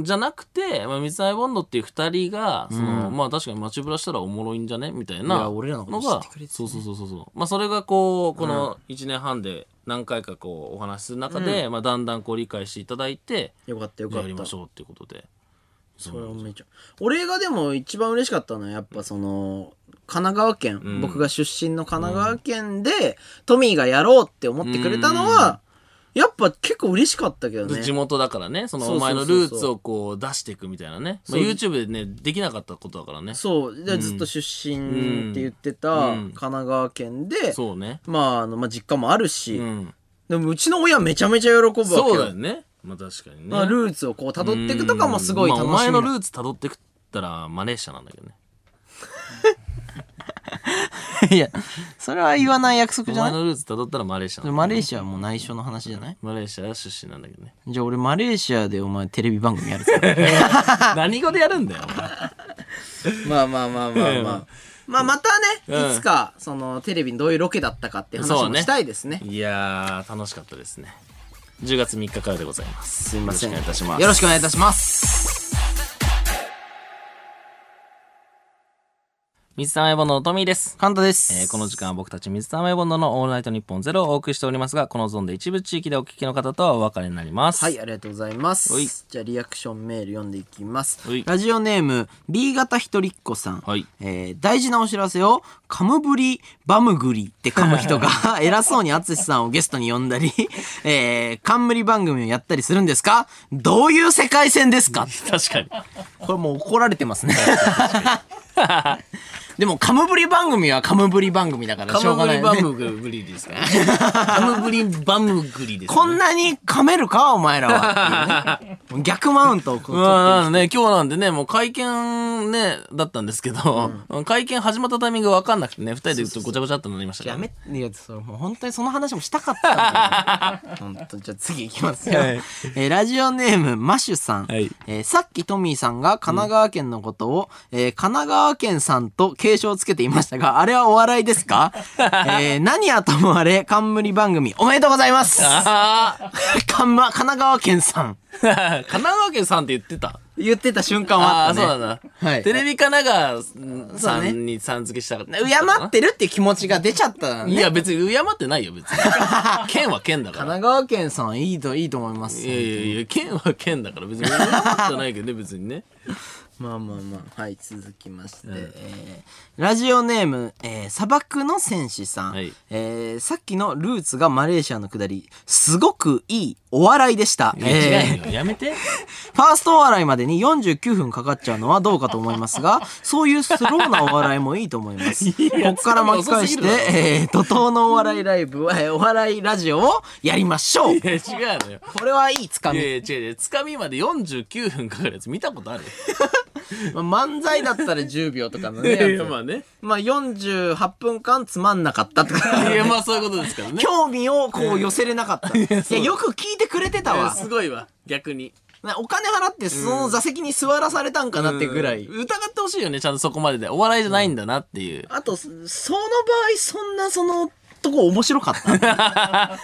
Speaker 1: じゃなくて、まあ、水溜りボンドっていう二人がその、まあ確かに街ぶらしたらおもろいんじゃねみたいない
Speaker 2: や俺らのこと知
Speaker 1: が
Speaker 2: ってくれてた
Speaker 1: そう
Speaker 2: ね
Speaker 1: そうそうそうそうまあそれがこうこの1年半で何回かこうお話しする中で、まあ、だんだんこう理解していただいて
Speaker 2: よかったよか
Speaker 1: や
Speaker 2: っ
Speaker 1: りま
Speaker 2: た。
Speaker 1: しょうっていうことで
Speaker 2: それはめちゃ。俺がでも一番嬉しかったのはやっぱその、神奈川県、
Speaker 1: うん
Speaker 2: 僕が出身の神奈川県で、トミーがやろうって思ってくれたのは、やっぱ結構嬉しかったけどね。
Speaker 1: 地元だからねそ
Speaker 2: そう
Speaker 1: の
Speaker 2: そう
Speaker 1: お
Speaker 2: そう
Speaker 1: 前
Speaker 2: そう
Speaker 1: のルーツをこう出していくみたいなね、まあ、
Speaker 2: そう
Speaker 1: YouTube でねできなかったことだからね
Speaker 2: そう。で、
Speaker 1: うん
Speaker 2: ずっと出身って言ってた
Speaker 1: うん
Speaker 2: 神奈川県で、
Speaker 1: そうね
Speaker 2: まあ、あの、まあ、実家もあるし、
Speaker 1: うん
Speaker 2: でもうちの親めちゃめちゃ喜ぶわけよ。
Speaker 1: そうだよねまあ確かにね、
Speaker 2: まあ、ルーツをこう辿っていくとかもすごい楽しみ
Speaker 1: まあ、お前のル
Speaker 2: ー
Speaker 1: ーツ辿ってくったらマレーシアなんだけどね
Speaker 2: ツいやそれは言わない約
Speaker 1: お
Speaker 2: 束
Speaker 1: 前のルーツ辿ったらマレーシアなんだ
Speaker 2: マレーシアはもう内緒の話じゃない
Speaker 1: マレーシア出身なんだけどね
Speaker 2: じゃあ俺マレーシアでお前テレビ番組やるぞ
Speaker 1: 何語でやるんだよお前
Speaker 2: まあまあまあまあまあまあまた
Speaker 1: う
Speaker 2: ね
Speaker 1: ん
Speaker 2: いつかそのテレビにどういうロケだったかって話
Speaker 1: そう
Speaker 2: も
Speaker 1: ね
Speaker 2: したいですね
Speaker 1: いやー楽しかったですね10月3日からでございます
Speaker 2: すいません
Speaker 1: よろしくお願いいたします
Speaker 2: よろしくお願いいたします
Speaker 1: 水溜りボンドのトミーです
Speaker 2: カンタです、
Speaker 1: えーこの時間は僕たち水溜りボンドの「オールナイトニッポンゼロをお送りしておりますがこのゾーンで一部地域でお聞きの方とはお別れになります
Speaker 2: はい、ありがとうございます
Speaker 1: はい。
Speaker 2: じゃあ、リアクションメール読んでいきます
Speaker 1: はい。
Speaker 2: ラジオネーム、B 型ひとりっ子さん。
Speaker 1: はい
Speaker 2: えー大事なお知らせを、カムブリ、バムグリって噛む人が、 偉そうに淳さんをゲストに呼んだり、えー、冠番組をやったりするんですかどういう世界線ですか
Speaker 1: 確 かに
Speaker 2: これもう怒られてますね。 でも、カムブリ番組はカムブリ番組だから、
Speaker 1: カ
Speaker 2: しょう
Speaker 1: ム
Speaker 2: が
Speaker 1: ブ
Speaker 2: ない
Speaker 1: リ
Speaker 2: よ
Speaker 1: バ
Speaker 2: ね。
Speaker 1: ムグリ ですかねカムブリバムグリです
Speaker 2: こんなに噛めるかお前ら はっていうね。もう逆マウントをこう取って
Speaker 1: まあなんでね、今日なんでね、もう会見ね、だったんですけど、会見始まったタイミング分かんなくてね、二人でちょっとごちゃごちゃっとなりましたから
Speaker 2: や
Speaker 1: ね、
Speaker 2: めいやそれもう本当にその話もしたかったんだよ 本当じゃあ次いきますよ、
Speaker 1: はい
Speaker 2: えーラジオネームマシュさん、
Speaker 1: はい
Speaker 2: えーさっきトミーさんが神奈川県のことを、えー神奈川県さんと継承をつけていましたがあれはお笑いです か、えー何はともあれ冠番組おめでとうございます
Speaker 1: あ
Speaker 2: かんま 神奈川県さん
Speaker 1: あ神奈川県さんって言ってた。
Speaker 2: 言ってた瞬間
Speaker 1: あ
Speaker 2: はあ
Speaker 1: あ、
Speaker 2: った
Speaker 1: そう
Speaker 2: ね
Speaker 1: なんだ。
Speaker 2: はい
Speaker 1: テレビ神奈川さんにさん付けしたかった。
Speaker 2: 敬ってるっていう気持ちが出ちゃったね
Speaker 1: いや、別に敬ってないよ、別 に。県は県だか
Speaker 2: 神
Speaker 1: ら。
Speaker 2: 奈川県さんいいといいと思います
Speaker 1: いやいやいや、県は県だから別に敬ってないけどね、別にね。
Speaker 2: まあまあまあはい続きまして、えーラジオネーム、えー砂漠の戦士さん、
Speaker 1: はい
Speaker 2: えーさっきのルーツがマレーシアのくだりすごくいいお笑いでした、 えー
Speaker 1: 違うよやめ て
Speaker 2: ファーストお笑いまでに49分かかっちゃうのはどうかと思います が、そういうスローなお笑いもいいと思います。こ
Speaker 1: や
Speaker 2: っから巻き返し
Speaker 1: そんなの遅すぎ
Speaker 2: て、えー、怒涛のお笑いライブ、えーお笑いラジオをやりましょう
Speaker 1: いや違うのよ
Speaker 2: これはいいつか
Speaker 1: いや
Speaker 2: み。
Speaker 1: いや違う違うつかみまで49分かかるやつ見たことある
Speaker 2: まあ漫才だったら10秒とかの
Speaker 1: い
Speaker 2: ね、
Speaker 1: やいや
Speaker 2: やつ
Speaker 1: まあね
Speaker 2: まあ48分間つまんなかったと
Speaker 1: い
Speaker 2: か。
Speaker 1: やまあそういうことですからね
Speaker 2: 興味をこう寄せれなかった。い
Speaker 1: そう
Speaker 2: や、よく聞いてくれてた
Speaker 1: いや
Speaker 2: わ。
Speaker 1: すごいわ逆に
Speaker 2: ねお金払ってその座席に座らされたんかなってぐらい。
Speaker 1: うん疑ってほしいよねちゃんとそこまででお笑いじゃないんだなっていう、
Speaker 2: あと、そその場合、そんなその、とこ面白かった
Speaker 1: まあだか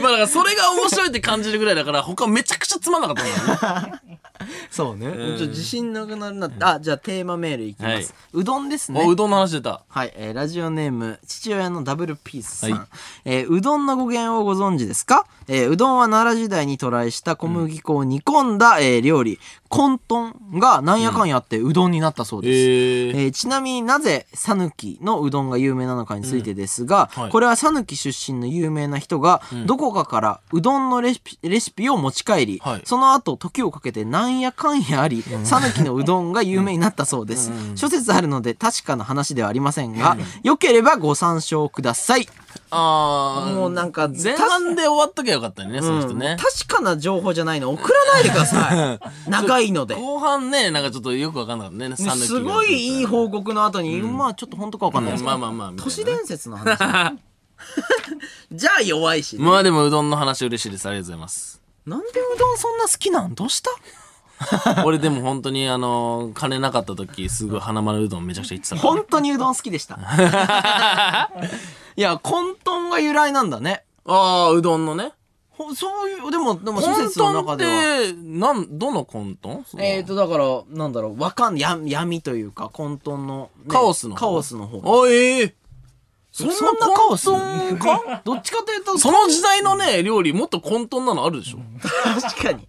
Speaker 1: らそれが面白いって感じるぐらいだから他めちゃくちゃつまんなかったん だよね
Speaker 2: そうね。ちょっと自信なくなるなって。あ、じゃあテーマメールいきます。うどんですね
Speaker 1: お。うどんの話出た
Speaker 2: はい、えーラジオネーム、父親のダブルピースさん。
Speaker 1: はい
Speaker 2: えーうどんの語源をご存知ですか、えーうどんは奈良時代に渡来した小麦粉を煮込んだ、えー料理、混沌がなんやかんやってうどんになったそうです。
Speaker 1: えー、
Speaker 2: えーちなみになぜ讃岐のうどんが有名なのかについてですが、
Speaker 1: うんはい
Speaker 2: これは讃岐出身の有名な人が、どこかからうどんのレシピレシピを持ち帰り、
Speaker 1: はい
Speaker 2: その後時をかけてなんやかんやあり讃岐、のうどんが有名になったそうです、諸説あるので確かな話ではありませんが、よければご参照ください、
Speaker 1: あー
Speaker 2: もうなんか
Speaker 1: 前半で終わっときゃよかったよね、その人ね
Speaker 2: 確かな情報じゃないの送らないでく ださい長いので
Speaker 1: 後半ねなんかちょっとよくわかんなかったね
Speaker 2: ね
Speaker 1: 讃岐
Speaker 2: すごいいい
Speaker 1: 方
Speaker 2: 報告の後に、まあちょっと本当かわかんないですけど
Speaker 1: まあまあまあみたいなね
Speaker 2: 都市伝説の話 じゃあ弱いし、
Speaker 1: まあでもうどんの話嬉しいですありがとうござい ます
Speaker 2: なんでうどんそんな好きなんどうした
Speaker 1: 俺でも本当にあの金なかった時すごい花丸うどんめちゃくちゃ行ってたから
Speaker 2: 本当にうどん好きでした いや混沌が由来なんだね
Speaker 1: ああうどんのね
Speaker 2: ほそういうでもでも
Speaker 1: 混
Speaker 2: 諸説の
Speaker 1: 沌っ
Speaker 2: 中では
Speaker 1: てなんどの混沌
Speaker 2: えーとだからなんだろうわかんや闇というか混沌のね、
Speaker 1: カオスの方
Speaker 2: カオスの方
Speaker 1: あええそんな
Speaker 2: そんなカオス
Speaker 1: 混沌か
Speaker 2: どっちかというと
Speaker 1: その時代のね料理もっと混沌なのあるでしょ
Speaker 2: 確かに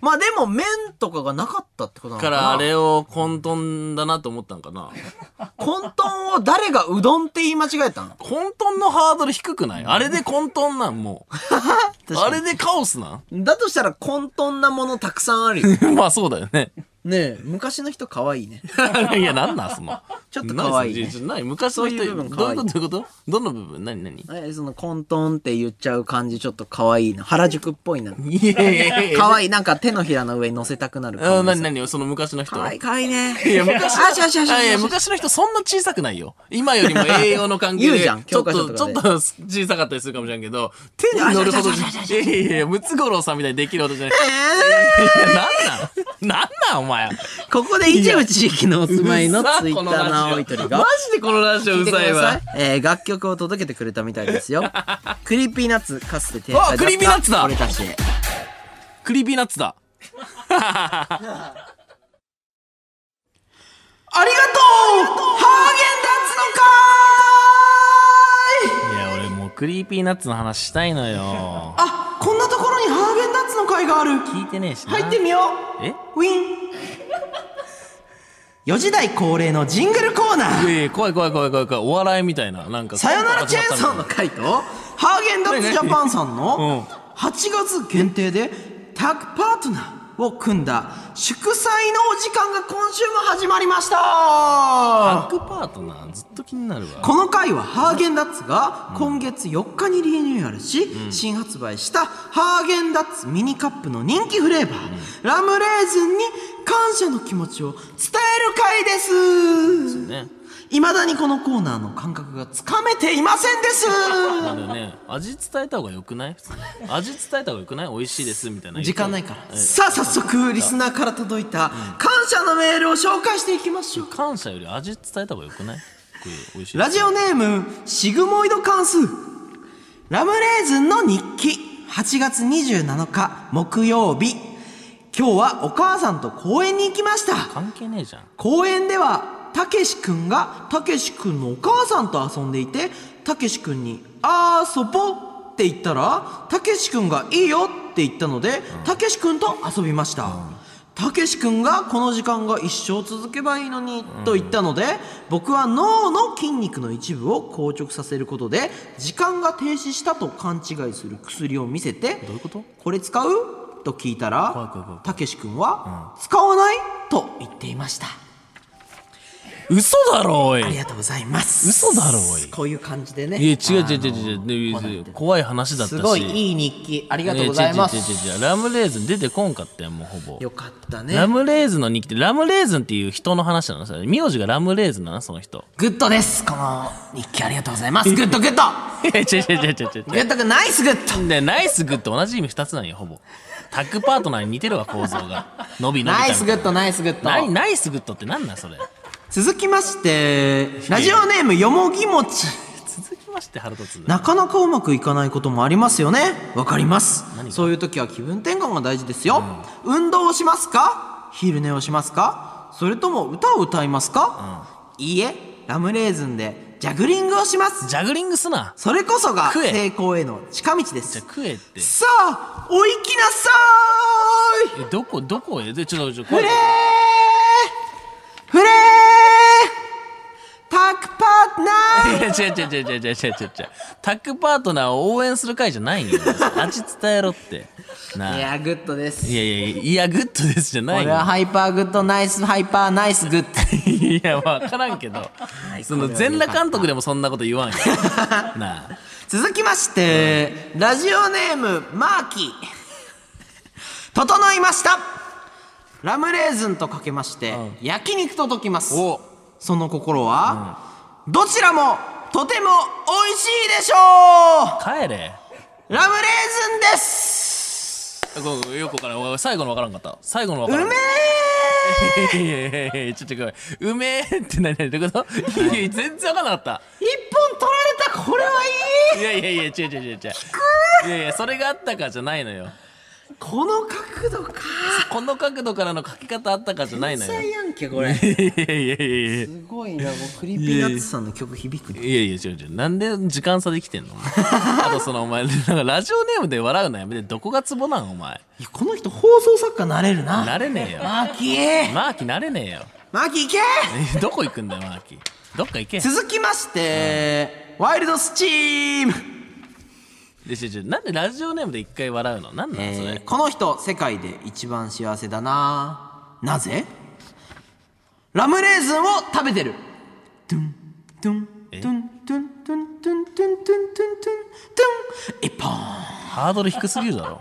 Speaker 2: まあでも麺とかがなかったってことな
Speaker 1: だ
Speaker 2: の
Speaker 1: か
Speaker 2: からな
Speaker 1: あれを混沌だなと思ったんかな
Speaker 2: 混沌を誰がうどんって言い間違えたの
Speaker 1: 混沌のハードル低くないあれで混沌なんもうあれでカオスな
Speaker 2: だとしたら混沌なものたくさんあるよ。
Speaker 1: ん まあそうだよね
Speaker 2: ねえ、昔の人可愛いね。
Speaker 1: いやなんなんその
Speaker 2: ちょっと可愛いね
Speaker 1: 何その何昔の人
Speaker 2: そういう部分
Speaker 1: ど
Speaker 2: 可
Speaker 1: うい
Speaker 2: 愛
Speaker 1: う
Speaker 2: い
Speaker 1: ことどういうことどの部分何何
Speaker 2: え、その混沌って言っちゃう感じちょっと可愛いな。原宿っぽいな。
Speaker 1: いやいやいや
Speaker 2: 可愛い。なんか手のひらの上に乗せたくなる
Speaker 1: あ
Speaker 2: 感
Speaker 1: 何
Speaker 2: じ。
Speaker 1: 何その昔の人
Speaker 2: 可愛い可愛いね。
Speaker 1: いや昔の
Speaker 2: あ、違う違う違う違う。
Speaker 1: いやいや昔の人そんな小さくないよ今よりも栄養の関係
Speaker 2: 言う
Speaker 1: で
Speaker 2: じゃん
Speaker 1: ちょっ
Speaker 2: 教科書
Speaker 1: と
Speaker 2: と
Speaker 1: ち
Speaker 2: か
Speaker 1: ょっ
Speaker 2: で
Speaker 1: と小さかったりするかもしれんけど手に乗るほどいやいやいやいやムツゴロウさんみたいにできるほどじゃないいやなんなんなんなんお前
Speaker 2: ここで一部地域のお住まい の
Speaker 1: うざ
Speaker 2: ツイッタ
Speaker 1: こラジオ
Speaker 2: ーの青い鳥
Speaker 1: マ
Speaker 2: が。
Speaker 1: ジでこのラジオ
Speaker 2: 聞いうてく
Speaker 1: ざい
Speaker 2: ださ
Speaker 1: わ
Speaker 2: い。えー、楽曲を届けてくれたみたいで すよ。クリーピーナッツ、かつて天
Speaker 1: あクリーピーナッツだ
Speaker 2: 俺たちへ。
Speaker 1: クリーピーナッツだ
Speaker 2: ありがとうハーゲンダッツの会
Speaker 1: いや俺もうクリーピーナッツの話したいのよ
Speaker 2: あこんなところにハーゲンダッツの会がある
Speaker 1: 聞いてねえしな
Speaker 2: 入ってみよう
Speaker 1: え
Speaker 2: ウィン4時台恒例のジングルコーナー
Speaker 1: いやいや怖い怖い怖い怖い怖いお笑いみたいななんか
Speaker 2: さよならチェーンソーの会とハーゲンダッツジャパンさんの8月限定でタッグパートナーを組んだ祝祭のお時間が今週も始まりました
Speaker 1: バックパートナーずっと気になるわ
Speaker 2: この回はハーゲンダッツが今月4日にリニューアルし、新発売したハーゲンダッツミニカップの人気フレーバー、ラムレーズンに感謝の気持ちを伝える回です
Speaker 1: ね
Speaker 2: いまだにこのコーナーの感覚がつかめていませ んです
Speaker 1: なんだよね味伝えた方がよくない普通に味伝えた方がよくない美味しいですみたいな
Speaker 2: 時間ないから
Speaker 1: え
Speaker 2: さあ早速リスナーから届いた感謝のメールを紹介していきましょう
Speaker 1: 感謝より味伝えた方がよくないこういう美味しいです
Speaker 2: ラジオネームシグモイド関数ラムレーズンの日記8月27日木曜日今日はお母さんと公園に行きました
Speaker 1: 関係ねえじゃん
Speaker 2: 公園ではたけしくんがたけしくんのお母さんと遊んでいてたけしくんに「あーそぼ」って言ったらたけしくんが「いいよ」って言ったのでたけしくんと遊びました、たけし君がこの時間が一生続けばいいのにと言ったので、僕は脳の筋肉の一部を硬直させることで時間が停止したと勘違いする薬を見せて
Speaker 1: どういうこと
Speaker 2: これ使うと聞いた
Speaker 1: 怖い怖い怖
Speaker 2: ら
Speaker 1: い
Speaker 2: たけし君は、使わないと言っていました
Speaker 1: 嘘だろおい
Speaker 2: ありがとうございます
Speaker 1: 嘘だろおい
Speaker 2: こういう感じでね
Speaker 1: いや違う違う違う違
Speaker 2: あの
Speaker 1: う違う
Speaker 2: こ
Speaker 1: 怖い話だったし
Speaker 2: すごいいい日記あり
Speaker 1: いや
Speaker 2: がとうございま
Speaker 1: 違う違う
Speaker 2: す
Speaker 1: 違う違うラムレーズン出てこんかったよもうほぼ
Speaker 2: よかった
Speaker 1: ラ
Speaker 2: ね
Speaker 1: ムレーズンの日記ってラムレーズンっていう人の話なのそれ名字がラムレーズンなのその人
Speaker 2: グッドですこの日記ありがとうございますグッドグッド
Speaker 1: いや違う違う違う違う
Speaker 2: グッドくんナイスグッド
Speaker 1: でナイスグッド同じ意味2つなんよほぼタッグパートナーに似てるわ構造が伸び伸び
Speaker 2: ナイスグッ
Speaker 1: ド
Speaker 2: ドナイスグッド
Speaker 1: ナイナイスグッドってなんなんそれ
Speaker 2: 続きましてラジオネームよもぎもち
Speaker 1: 続きまして腹立つ
Speaker 2: なかなかうまくいかないこともありますよねわかりますそういう時は気分転換が大事ですよ、運動をしますか昼寝をしますかそれとも歌を歌いますか、いいえラムレーズンでジャグリングをします
Speaker 1: ジャグリングすな
Speaker 2: それこそが
Speaker 1: 食え
Speaker 2: 成功への近道で
Speaker 1: じゃ
Speaker 2: す
Speaker 1: あ食えって
Speaker 2: さあお行きなさーい
Speaker 1: えどこどこへでちょっとちょっと
Speaker 2: フレーフレータックパートナー
Speaker 1: いや違う違う違う違う違う違う違うタッグパートナーを応援する会じゃないんよあっち伝えろってなあ
Speaker 2: いや、グッドです。
Speaker 1: いやいやいやいやグッドですじゃない
Speaker 2: 俺
Speaker 1: よ
Speaker 2: はハイパーグッド、ナイスハイパー、ナイスグッ ド。
Speaker 1: いや分からんけど
Speaker 2: い
Speaker 1: その
Speaker 2: これは
Speaker 1: 全
Speaker 2: よかった
Speaker 1: 裸監督でもそんなこと言わんよなあ
Speaker 2: 続きまして、ラジオネーム、マーキー。整いましたラムレーズンとかけまして、焼肉と解きます。
Speaker 1: お
Speaker 2: その心は、どちらもとても美味しいでしょ
Speaker 1: 帰れ
Speaker 2: うラムレーズンです
Speaker 1: ごめんよくわからん最後のわからんかった最後のわ
Speaker 2: う
Speaker 1: からん
Speaker 2: めー
Speaker 1: いやいやいやいやちょっとごめんうめえって何何どういうこといやいや全然わかんなかっ
Speaker 2: 一本取られたこれはい
Speaker 1: たいやいやいや違う違う違う違ういやいやそれがあったかじゃないのよ
Speaker 2: いこの角度か
Speaker 1: この角度からの書き方あったかじゃないの よ
Speaker 2: 天才
Speaker 1: い
Speaker 2: やんけ これす
Speaker 1: やいやいやいやいや
Speaker 2: ごいなもうクリーピーナッツさんの曲響くね
Speaker 1: いやいや違う違うなんで時間差できてんのお前あとそのお前なんかラジオネームで笑うのやめてどこがツボなんお前
Speaker 2: いやこの人放送作家なれるな
Speaker 1: なれねえよ
Speaker 2: マーキー
Speaker 1: マーキーなれねえよ
Speaker 2: マーキーいけ
Speaker 1: えどこ行くんだよマーキーどっか行け
Speaker 2: 続きまして、ワイルドスチーム、
Speaker 1: でしょなんでラジオネームで一回笑うのなんなのそれ、
Speaker 2: えーこの人世界で一番幸せだななぜラムレーズンを食べてるトゥントゥントゥントゥントゥントゥントゥントゥントゥントゥントゥン一本
Speaker 1: ハードル低すぎるだろ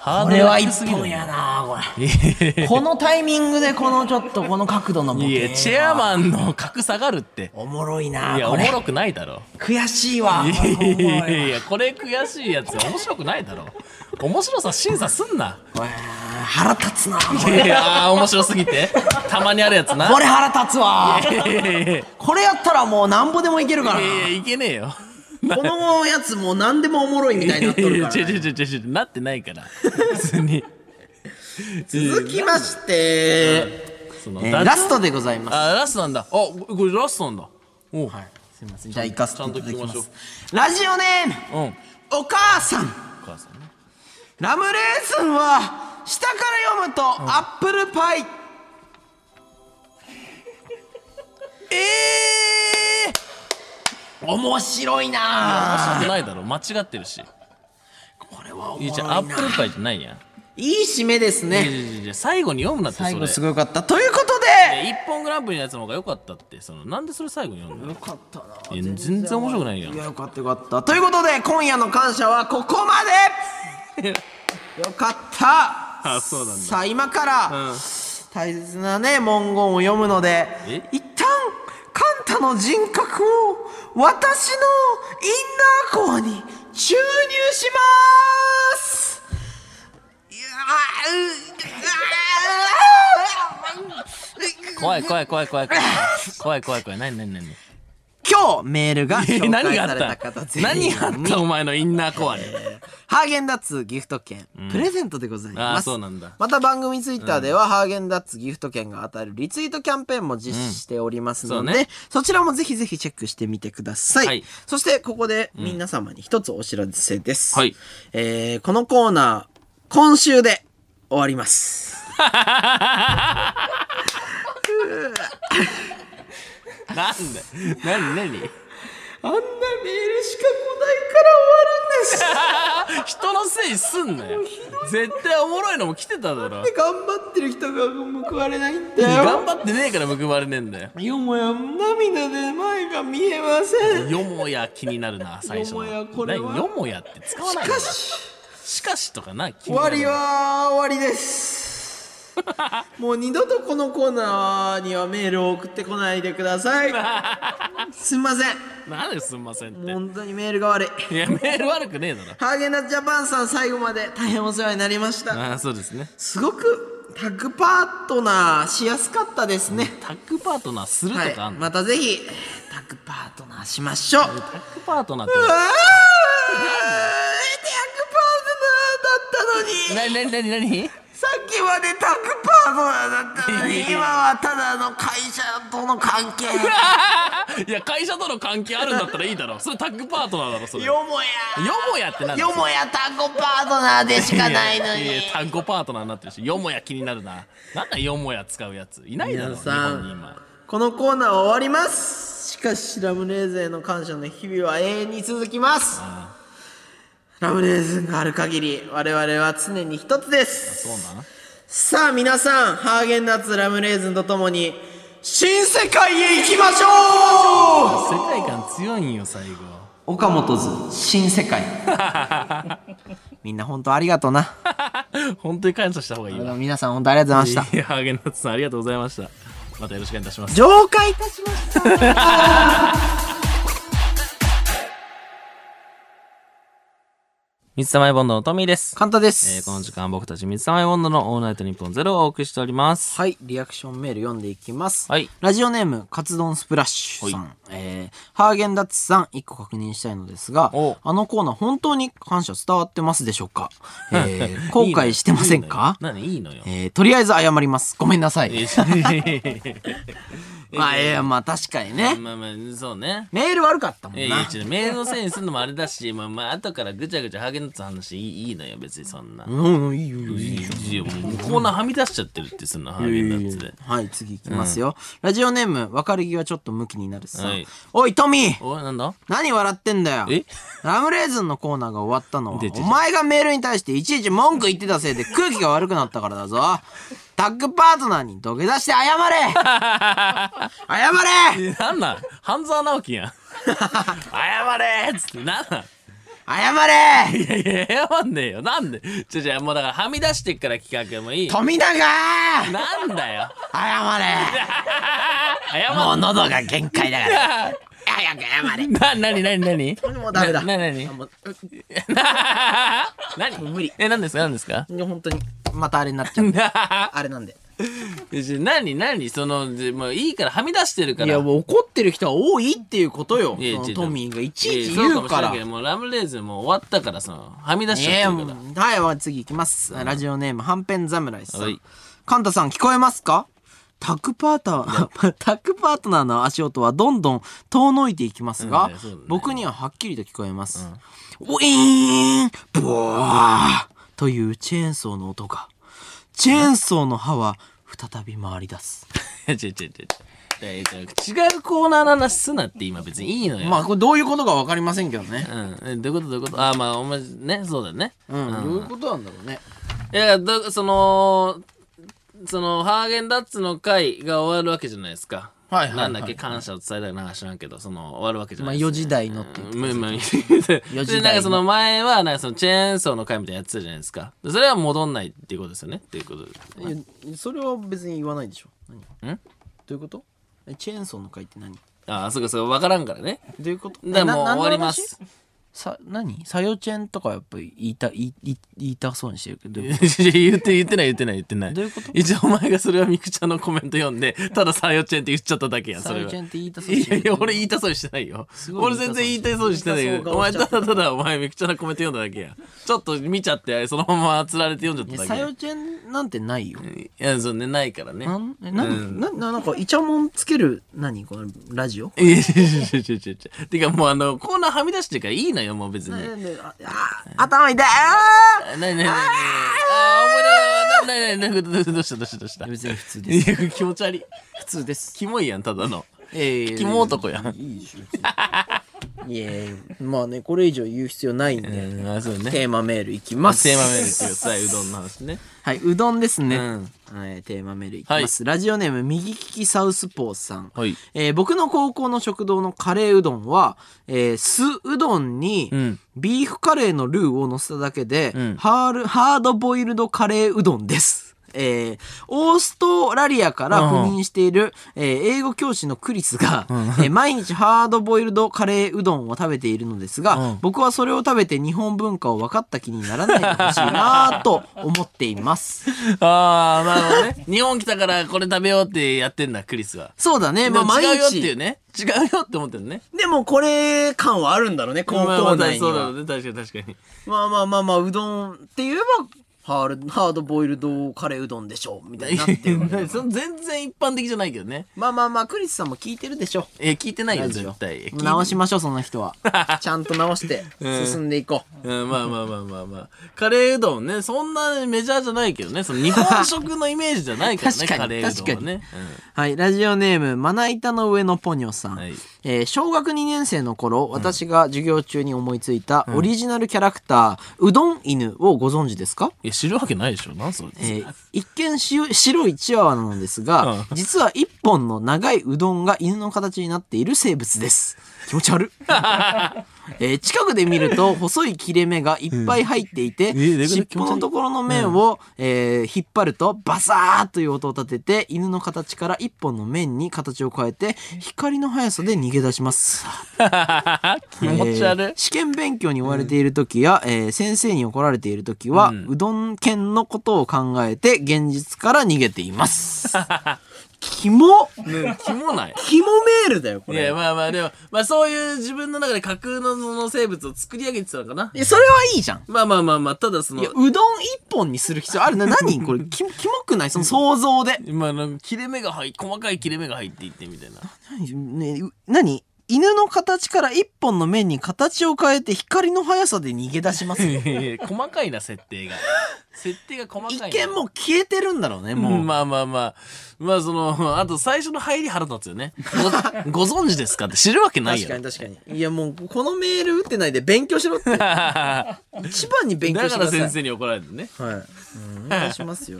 Speaker 1: ハー
Speaker 2: こ
Speaker 1: ド
Speaker 2: れ
Speaker 1: ル
Speaker 2: は
Speaker 1: が低
Speaker 2: 一
Speaker 1: すぎる
Speaker 2: 本やなこ
Speaker 1: いやい
Speaker 2: れこのタイミングでこのちょっとこの角度のボケ
Speaker 1: やいやチェアマンの格下がるって
Speaker 2: おもろい
Speaker 1: い
Speaker 2: な
Speaker 1: や
Speaker 2: こ
Speaker 1: お
Speaker 2: れ
Speaker 1: もろくないだろ
Speaker 2: 悔しいわ
Speaker 1: いや
Speaker 2: これお
Speaker 1: い
Speaker 2: もろいわ
Speaker 1: やいやこれ悔しいやつ面白くないだろ面白さ審査すんな
Speaker 2: これ腹立つなこ
Speaker 1: い
Speaker 2: れ
Speaker 1: やー面白すぎてたまにあるやつな
Speaker 2: これ腹立つわ
Speaker 1: いやいやいやい
Speaker 2: これやったらもうなんぼでもいけるから
Speaker 1: やいやいけねえよ
Speaker 2: このやつもう何でもおもろいみたいになっとるから
Speaker 1: いやいや違う違う違う違うなってないから別に
Speaker 2: 続きまして
Speaker 1: その
Speaker 2: えー
Speaker 1: だ
Speaker 2: ラストでございます
Speaker 1: あラストなんだあこれラストなんだおう
Speaker 2: すいませんじゃあ行かせていただきま
Speaker 1: ちゃんと聞き
Speaker 2: す
Speaker 1: ま
Speaker 2: ラジオネーム
Speaker 1: うんお
Speaker 2: お母さん
Speaker 1: 母さんね
Speaker 2: ラムレーズンは下から読むとアップル パイ、えー、面白いなあ
Speaker 1: 面白くないだろ間違ってるし
Speaker 2: これはおもろ
Speaker 1: い
Speaker 2: い
Speaker 1: やじゃ
Speaker 2: な
Speaker 1: あアップルパイじゃないやん
Speaker 2: いい締めです
Speaker 1: いや
Speaker 2: ね
Speaker 1: いやいやいや最後に読むなって
Speaker 2: 最後す
Speaker 1: それ
Speaker 2: ごかったということ
Speaker 1: い
Speaker 2: で
Speaker 1: や一本グランプリのやつの方が良かったってそのなんでそれ最後に読むの
Speaker 2: よかったない
Speaker 1: や全然面白くないやん
Speaker 2: いやよかったよかったということで今夜の感謝はここまでよかった
Speaker 1: あそうなんだ
Speaker 2: さあ今から、
Speaker 1: うん
Speaker 2: 大切なね文言を読むので
Speaker 1: え
Speaker 2: 一旦カンタの人格を私のインナーコアに注入しますいやーうううわ
Speaker 1: 怖
Speaker 2: ー
Speaker 1: い怖い怖い怖い怖い怖い怖い怖い何何何
Speaker 2: 今日メールが
Speaker 1: え
Speaker 2: 紹
Speaker 1: 何
Speaker 2: 介
Speaker 1: が
Speaker 2: され
Speaker 1: あ
Speaker 2: た
Speaker 1: った
Speaker 2: 方全員
Speaker 1: 何があったお前のインナーコアに
Speaker 2: ハーゲンダッツギフト券、プレゼントでございます。
Speaker 1: あーそうなんだ
Speaker 2: また番組ツイッターでは、ハーゲンダッツギフト券が当たるリツイートキャンペーンも実施しておりますの
Speaker 1: うん
Speaker 2: で、
Speaker 1: そ
Speaker 2: そう
Speaker 1: ね
Speaker 2: ちらもぜひぜひチェックしてみてください。
Speaker 1: はい
Speaker 2: そして、ここで皆様に一つお知らせです。
Speaker 1: はい
Speaker 2: えーこのコーナー、今週で、終わります。
Speaker 1: なんだよ何何
Speaker 2: あんなメールしか来ないから終わるんです。
Speaker 1: 人のせいすんなよ絶対おもろいのも来てただろ
Speaker 2: 頑張ってる人が報われないんだよ。
Speaker 1: 頑張ってねえから報われねえんだよ
Speaker 2: よもや涙で前が見えません。
Speaker 1: よもや気になるな最初の
Speaker 2: よもやこれは
Speaker 1: 何よもやって使わない
Speaker 2: し
Speaker 1: のか
Speaker 2: かし、
Speaker 1: しかしとかな気
Speaker 2: 終
Speaker 1: にな
Speaker 2: わ
Speaker 1: る
Speaker 2: りは終わりです。もう二度とこのコーナーにはメールを送ってこないでください。すんません。
Speaker 1: なんですんませんって
Speaker 2: 本当にメールが悪い。
Speaker 1: いやメール悪くねえだろ
Speaker 2: ハーゲンダッツジャパンさん最後まで大変お世話になりました。
Speaker 1: ああそうですね
Speaker 2: すごくタッグパートナーしやすかったですね。
Speaker 1: タッグパートナーすると
Speaker 2: は
Speaker 1: かあ
Speaker 2: い、
Speaker 1: んの、
Speaker 2: またぜひタッグパートナーしましょう。あータッグ
Speaker 1: タッグパートナーっ
Speaker 2: パート
Speaker 1: て
Speaker 2: ナーだったのに
Speaker 1: 何何何何
Speaker 2: さっきまでタッグパートナーだったのに今はただの会社との関係
Speaker 1: いや会社との関係あるんだったらいいだろそれタッグパートナーだろそれよ
Speaker 2: よもや
Speaker 1: もやってなんだ
Speaker 2: よもやタッグパートナーでしかないの
Speaker 1: いやいや
Speaker 2: に
Speaker 1: タッグパートナーになってるしよもや気になるななんだよもや使うやついないだろ
Speaker 2: 皆さん
Speaker 1: 日本に今
Speaker 2: このコーナーは終わりますしかしラムネーズへの感謝の日々は永遠に続きますラムネーズがある限り我々は常に一つです
Speaker 1: そうなん
Speaker 2: さあ皆さんハーゲンダッツラムレーズンとともに新世界へ行きましょう
Speaker 1: 世界観強いんよ最後
Speaker 2: 岡本図新世界 みんな本当ありがとうな
Speaker 1: 本当に感謝した方がいいわ
Speaker 2: 皆さん本当ありがとうございまし
Speaker 1: いやハーゲンダッツさんありがとうございましたまたよろしくお願いいたします
Speaker 2: た浄化いたしました
Speaker 1: 水溜りボンドのトミーです。
Speaker 2: 簡単で
Speaker 1: え
Speaker 2: す、
Speaker 1: ーこの時間僕たち水溜りボンドのオールナイトニッポンゼロをお送りしております。
Speaker 2: はい、リアクションメール読んでいきます。
Speaker 1: はい
Speaker 2: ラジオネーム、カツ丼スプラッシュさん。えー、ハーゲンダッツさん、一個確認したいのですが
Speaker 1: お、、
Speaker 2: あのコーナー本当に感謝伝わってますでしょうか、えー後悔してませんか
Speaker 1: いいのよ何いいのよ。
Speaker 2: えー、とりあえず謝ります。ごめんなさい。 まあ、
Speaker 1: え
Speaker 2: ええまあ確かにね。
Speaker 1: まあまあ、そうね。
Speaker 2: メール悪かったもん
Speaker 1: え
Speaker 2: な。
Speaker 1: ー、いやメールのせいにするのもあれだし、まあまあ、後からぐちゃぐちゃハーゲンダッツの話いいいいのよ、別にそんな。
Speaker 2: うん、うんいいよ、いいよいいよ。
Speaker 1: いいよもうコーナーはみ出しちゃってるって、そんなハーゲンダッツで。
Speaker 2: はい、次いきますよ。ラジオネーム、別れ際ちょっとムキになるさん。
Speaker 1: はい
Speaker 2: おい、トミー
Speaker 1: おい、なんだ
Speaker 2: 何笑ってんだよ
Speaker 1: え
Speaker 2: ラムレーズンのコーナーが終わった のは
Speaker 1: ででで
Speaker 2: お前がメールに対していちいち文句言ってたせいで空気が悪くなったからだ ぞタッグパートナーに土下座して謝 れ謝れ
Speaker 1: えなんなん半沢直樹 やん。謝れーっつって、なんなん
Speaker 2: 謝れ
Speaker 1: いやいや、謝んねえよ。なんでじゃじゃもうだからはみ出してっから企画もいい。
Speaker 2: 富永謝
Speaker 1: なんだよ。
Speaker 2: れ
Speaker 1: 謝ん
Speaker 2: もう喉が限界だから
Speaker 1: な。
Speaker 2: 早く謝 れ
Speaker 1: な、なになになに
Speaker 2: もうダメだ
Speaker 1: な、なに
Speaker 2: あもう
Speaker 1: なに
Speaker 2: 無理
Speaker 1: え、なんですかなんですか
Speaker 2: いや本当にまたあれになっちゃう
Speaker 1: な
Speaker 2: あれなんで
Speaker 1: になにその、じもういいからはみ出してるか
Speaker 2: い
Speaker 1: ら。
Speaker 2: やもう怒ってる人は多いっていうことよそ
Speaker 1: いや
Speaker 2: の
Speaker 1: 違う
Speaker 2: トミーがいちいち
Speaker 1: やや
Speaker 2: 言うか
Speaker 1: そうもしれ
Speaker 2: ら
Speaker 1: んけどもうラムレーズンもう終わったからさ、はみ出しち
Speaker 2: ええ
Speaker 1: ゃって
Speaker 2: も
Speaker 1: るから。
Speaker 2: うはい、は次いきます。ラジオネーム、はんぺん侍さ
Speaker 1: は
Speaker 2: ん
Speaker 1: い。
Speaker 2: カンタさん、聞こえますかタックパートナー、 タックパートナーの足音はどんどん遠のいていきますが、
Speaker 1: うんねそうだね
Speaker 2: 僕にははっきりと聞こえます。ウィーンボワーというチェーンソーの音が、チェーンソーの刃は再び回り出す。
Speaker 1: 違う違う違う違う。だから違うコーナーの話すなって今別にいいのよ。
Speaker 2: まあ、これどういうことかわかりませんけどね。
Speaker 1: うんえ、どういうことどういうことあ、まあ、お前、ね、そうだよね。
Speaker 2: うん、どういうことなんだろうね。
Speaker 1: いやだそのそのハーゲンダッツの会が終わるわけじゃないですか。
Speaker 2: はいはいはい
Speaker 1: なんだっけ感謝を伝えたいなんか知らんけどその終わるわけじゃ
Speaker 2: ま
Speaker 1: な
Speaker 2: あ、
Speaker 1: いです
Speaker 2: 4時台のっていう
Speaker 1: うんまあまあ
Speaker 2: 時
Speaker 1: で
Speaker 2: 台
Speaker 1: なんかその前はなんかそのチェーンソーの会みたいなのやってたじゃないですかでそれは戻んないっていうことですよねっていうこと
Speaker 2: いやそれは別に言わないでしょ何
Speaker 1: ん
Speaker 2: どういうことえチェーンソーの会って何ど
Speaker 1: ああそうかそうか分からんからね
Speaker 2: ういうこと
Speaker 1: だか
Speaker 2: え
Speaker 1: ら
Speaker 2: な
Speaker 1: もう
Speaker 2: 何
Speaker 1: 終
Speaker 2: の
Speaker 1: わりま
Speaker 2: 話
Speaker 1: す
Speaker 2: さ何さよチェーンとかやっぱり言いた言い言い言いたそうにしてるけど
Speaker 1: 言って言ってない言ってない言ってない
Speaker 2: どういうこと
Speaker 1: 一応お前がそれはみくちゃんのコメント読んでただサヨチェンって言っちゃっただけやんそ
Speaker 2: さ
Speaker 1: れ
Speaker 2: よ
Speaker 1: は
Speaker 2: チェーンって言いたそうに
Speaker 1: い
Speaker 2: して
Speaker 1: や
Speaker 2: る
Speaker 1: い
Speaker 2: け
Speaker 1: や、
Speaker 2: ど
Speaker 1: 俺言いたそうにしてないよ。
Speaker 2: ごい
Speaker 1: 俺全然言いたそうにしてないけど、お
Speaker 2: 言
Speaker 1: 前
Speaker 2: い
Speaker 1: た
Speaker 2: たそう
Speaker 1: だただお前めくちゃなコメント読んだだけや。ちょっと見ちゃって、そのままつられて読んじゃっ
Speaker 2: え
Speaker 1: た
Speaker 2: さ
Speaker 1: だけや。
Speaker 2: よチェーンなんてないよ
Speaker 1: いや、そうね、ないからね。
Speaker 2: なんえ何、なななんかイチャモンつける何このラジオ
Speaker 1: いやいやいやいやいやいやてかもうあの、コーナーはみ出してるからいいのよ、もう別に。
Speaker 2: ああ頭痛いあー
Speaker 1: なになになにあー、おもろいななになにどうしたどうしたどうした
Speaker 2: 別に普通です。
Speaker 1: いや気持ち悪い
Speaker 2: 普通です。
Speaker 1: キモいやんただの
Speaker 2: ええ
Speaker 1: キモ男やん
Speaker 2: いいでしょ別に。いえいえ、まあね、これ以上言う必要ないんで。
Speaker 1: うんあそうねテ
Speaker 2: テーマメールいきます。
Speaker 1: ーマメールっていうさうどんの話ね
Speaker 2: はい、うどんですね。
Speaker 1: うん
Speaker 2: はい、テーマメールいきます。ラジオネーム、右利きサウスポーさん。
Speaker 1: はい
Speaker 2: えー僕の高校の食堂のカレーうどんは、えー酢うどんに、
Speaker 1: うん
Speaker 2: ビーフカレーのルーを乗せただけで、
Speaker 1: うん
Speaker 2: ハールハードボイルドカレーうどんです。えーオーストラリアから赴任している、えー英語教師のクリスが、えー毎日ハードボイルドカレーうどんを食べているのですが、
Speaker 1: うん
Speaker 2: 僕はそれを食べて日本文化を分かった気にならないでほしいなと思っています。
Speaker 1: ああなるほどね日本来たからこれ食べようってやってんだクリスは
Speaker 2: そうだね。
Speaker 1: で
Speaker 2: まあ、
Speaker 1: も
Speaker 2: 毎
Speaker 1: 違うよって
Speaker 2: 日。
Speaker 1: いうね違うよって思ってるね
Speaker 2: でもこれ感はあるんだろうね、高
Speaker 1: まあま
Speaker 2: 校
Speaker 1: あ
Speaker 2: 内に
Speaker 1: そうだろ
Speaker 2: は
Speaker 1: う。ね確かに確かに
Speaker 2: まあまあまあまあ、うどんって言えば、ハールハードボイルドカレーうどんでしょう、みたいになってるわ けだから
Speaker 1: その全然一般的じゃないけどね
Speaker 2: まあまあまあ、クリスさんも聞いてるでしょ。
Speaker 1: え聞いてないよ
Speaker 2: ラジオ
Speaker 1: 絶対聞い
Speaker 2: 直しましょう、そんな人は。ちゃんと直 して、
Speaker 1: うん
Speaker 2: 進んでいこ
Speaker 1: うん、まあまあまあまあまあ。カレーうどんね、そんなメジャーじゃないけどね、その日本食のイメージじゃないからね、
Speaker 2: 確か
Speaker 1: カ
Speaker 2: に
Speaker 1: レーうどんはね。
Speaker 2: う。はい、ラジオネーム、まな板の上のポニョさん。
Speaker 1: はい
Speaker 2: えー小学2年生の頃、私が授業中に思いついたオリジナルキャラクター、うどん犬をご存知ですか
Speaker 1: いや、知るわけないでしょ、なんそれ。
Speaker 2: えー一見し白いチワワなのですが、
Speaker 1: う
Speaker 2: 実は一本の長いうどんが犬の形になっている生物です。気持ち悪っ。 えー近くで見ると細い切れ目がいっぱい入っていて、
Speaker 1: んえーだけど
Speaker 2: 尻尾のところの面を、えー引っ張るとバサーッという音を立てて犬の形から一本の面に形を変えて光の速さで逃げ出します。
Speaker 1: 気持ち
Speaker 2: えー
Speaker 1: 悪
Speaker 2: 試験勉強に追われている時や、えー先生に怒られている時は、う
Speaker 1: うん
Speaker 2: どん犬のことを考えて現実から逃げていますキモ
Speaker 1: い。ね、キモない。
Speaker 2: キモメールだよこ
Speaker 1: い
Speaker 2: れい
Speaker 1: や、
Speaker 2: や
Speaker 1: まあまあ、でも、まあそういう自分の中で架空のその生物を作り上げてたのかな。
Speaker 2: それはいいじゃん
Speaker 1: まあまあまあまあ、ただそ
Speaker 2: い
Speaker 1: の
Speaker 2: や、うどん一本にする必要あるな何これキモキモくないその想像で
Speaker 1: 今の切れ目が入っ細かい切れ目が入っていってみ たいな。
Speaker 2: 何,、ね、う何犬の形から一本の面に形を変えて光の速さで逃げ出します一
Speaker 1: いやいや細かいな、設定が。設定が細かいな。
Speaker 2: 見もう消えてるんだろうねもう、
Speaker 1: まあまあまあ。まあその、あと最初の入り腹立つよね。ご、 ご存知ですかって知るわけない
Speaker 2: 確
Speaker 1: よ。
Speaker 2: かに確かにいやもうこのメール打ってないで勉強 しろって一番に勉強
Speaker 1: だ
Speaker 2: し
Speaker 1: か
Speaker 2: な
Speaker 1: ら
Speaker 2: さい
Speaker 1: 先生に怒られるね。
Speaker 2: はい、うん、お願いしま すよ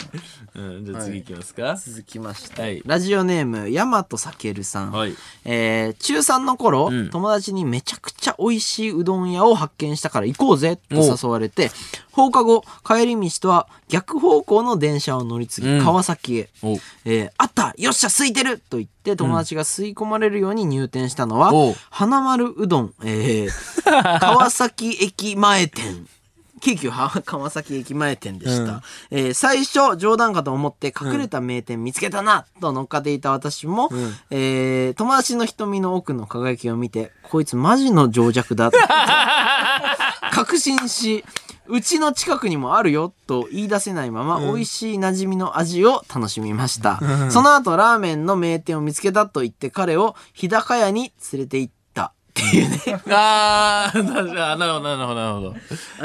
Speaker 1: うん、じゃあ次行きますか。
Speaker 2: 続きまして、
Speaker 1: はい
Speaker 2: ラジオネーム大和さけるさん、
Speaker 1: はい
Speaker 2: えー中3の頃、
Speaker 1: うん
Speaker 2: 友達にめちゃくちゃ美味しいうどん屋を発見したから行こうぜと誘われて放課後帰り道とは逆方向の電車を乗り継ぎ、
Speaker 1: うん
Speaker 2: 川崎へ
Speaker 1: お
Speaker 2: えーあったよっしゃ空いてると言って友達が吸い込まれるように入店したのは、
Speaker 1: おう
Speaker 2: 花丸うどん、えー川崎駅前店。京急は川崎駅前店でした、えー最初冗談かと思って隠れた名店見つけたな、と乗っかっていた私も、えー友達の瞳の奥の輝きを見てこいつマジの情弱 だと確信しうちの近くにもあるよと言い出せないまま、美味しい馴染みの味を楽しみました、その後ラーメンの名店を見つけたと言って彼を日高屋に連れて行ったっていうね
Speaker 1: あー、確かになるほど、なるほど、なるほど。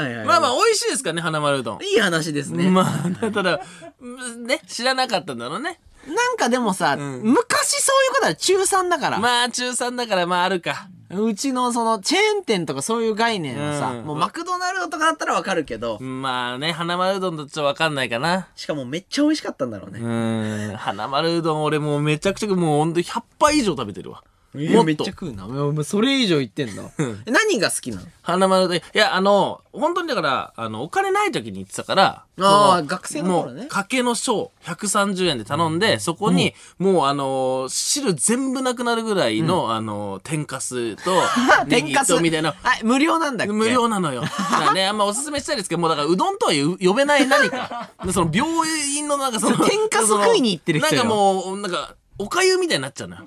Speaker 2: はいはい
Speaker 1: まあまあ、美味しいですからね、花丸うどん。
Speaker 2: いい話ですね、
Speaker 1: まあ、ただ、うんね、知らなかったんだろうね。
Speaker 2: なんかでもさ、
Speaker 1: ん
Speaker 2: 昔そういうことは中3だから、
Speaker 1: まあ、中3だから、まあ、あるか。
Speaker 2: うちのそのチェーン店とかそういう概念はさ、
Speaker 1: うん
Speaker 2: もうマクドナルドとかだったらわかるけど、
Speaker 1: まあね、花丸うどんだとちょっとわかんないかな。
Speaker 2: しかもめっちゃ美味しかったんだろうね
Speaker 1: う、ーん、花丸うどん俺もうめちゃくちゃ、もうほんと100杯以上食べてるわ。
Speaker 2: いや
Speaker 1: もっ
Speaker 2: めっちゃ
Speaker 1: と。
Speaker 2: 食うなお前それ以上言ってんだえ何が好きなの
Speaker 1: 花丸うどん。いや、あの、本当にだから、あの、お金ない時に行ってたから、
Speaker 2: あー
Speaker 1: そ
Speaker 2: 学生の頃ね
Speaker 1: もう、かけの小、130円で頼んで、そこに、もう、あのー汁全部なくなるぐらいの、あのー天かすと、ネギ
Speaker 2: 天かす
Speaker 1: とみたいな。
Speaker 2: あ無料なんだっけ
Speaker 1: 無料な のよ。だからね、あんまおすすめしたいですけど、もうだからうどんとは呼呼べない何か。でその病院のなんかその。
Speaker 2: そ れ天かす食いに行ってる人よ
Speaker 1: なんかもう、なんか、おかゆみたいになっちゃうのよ。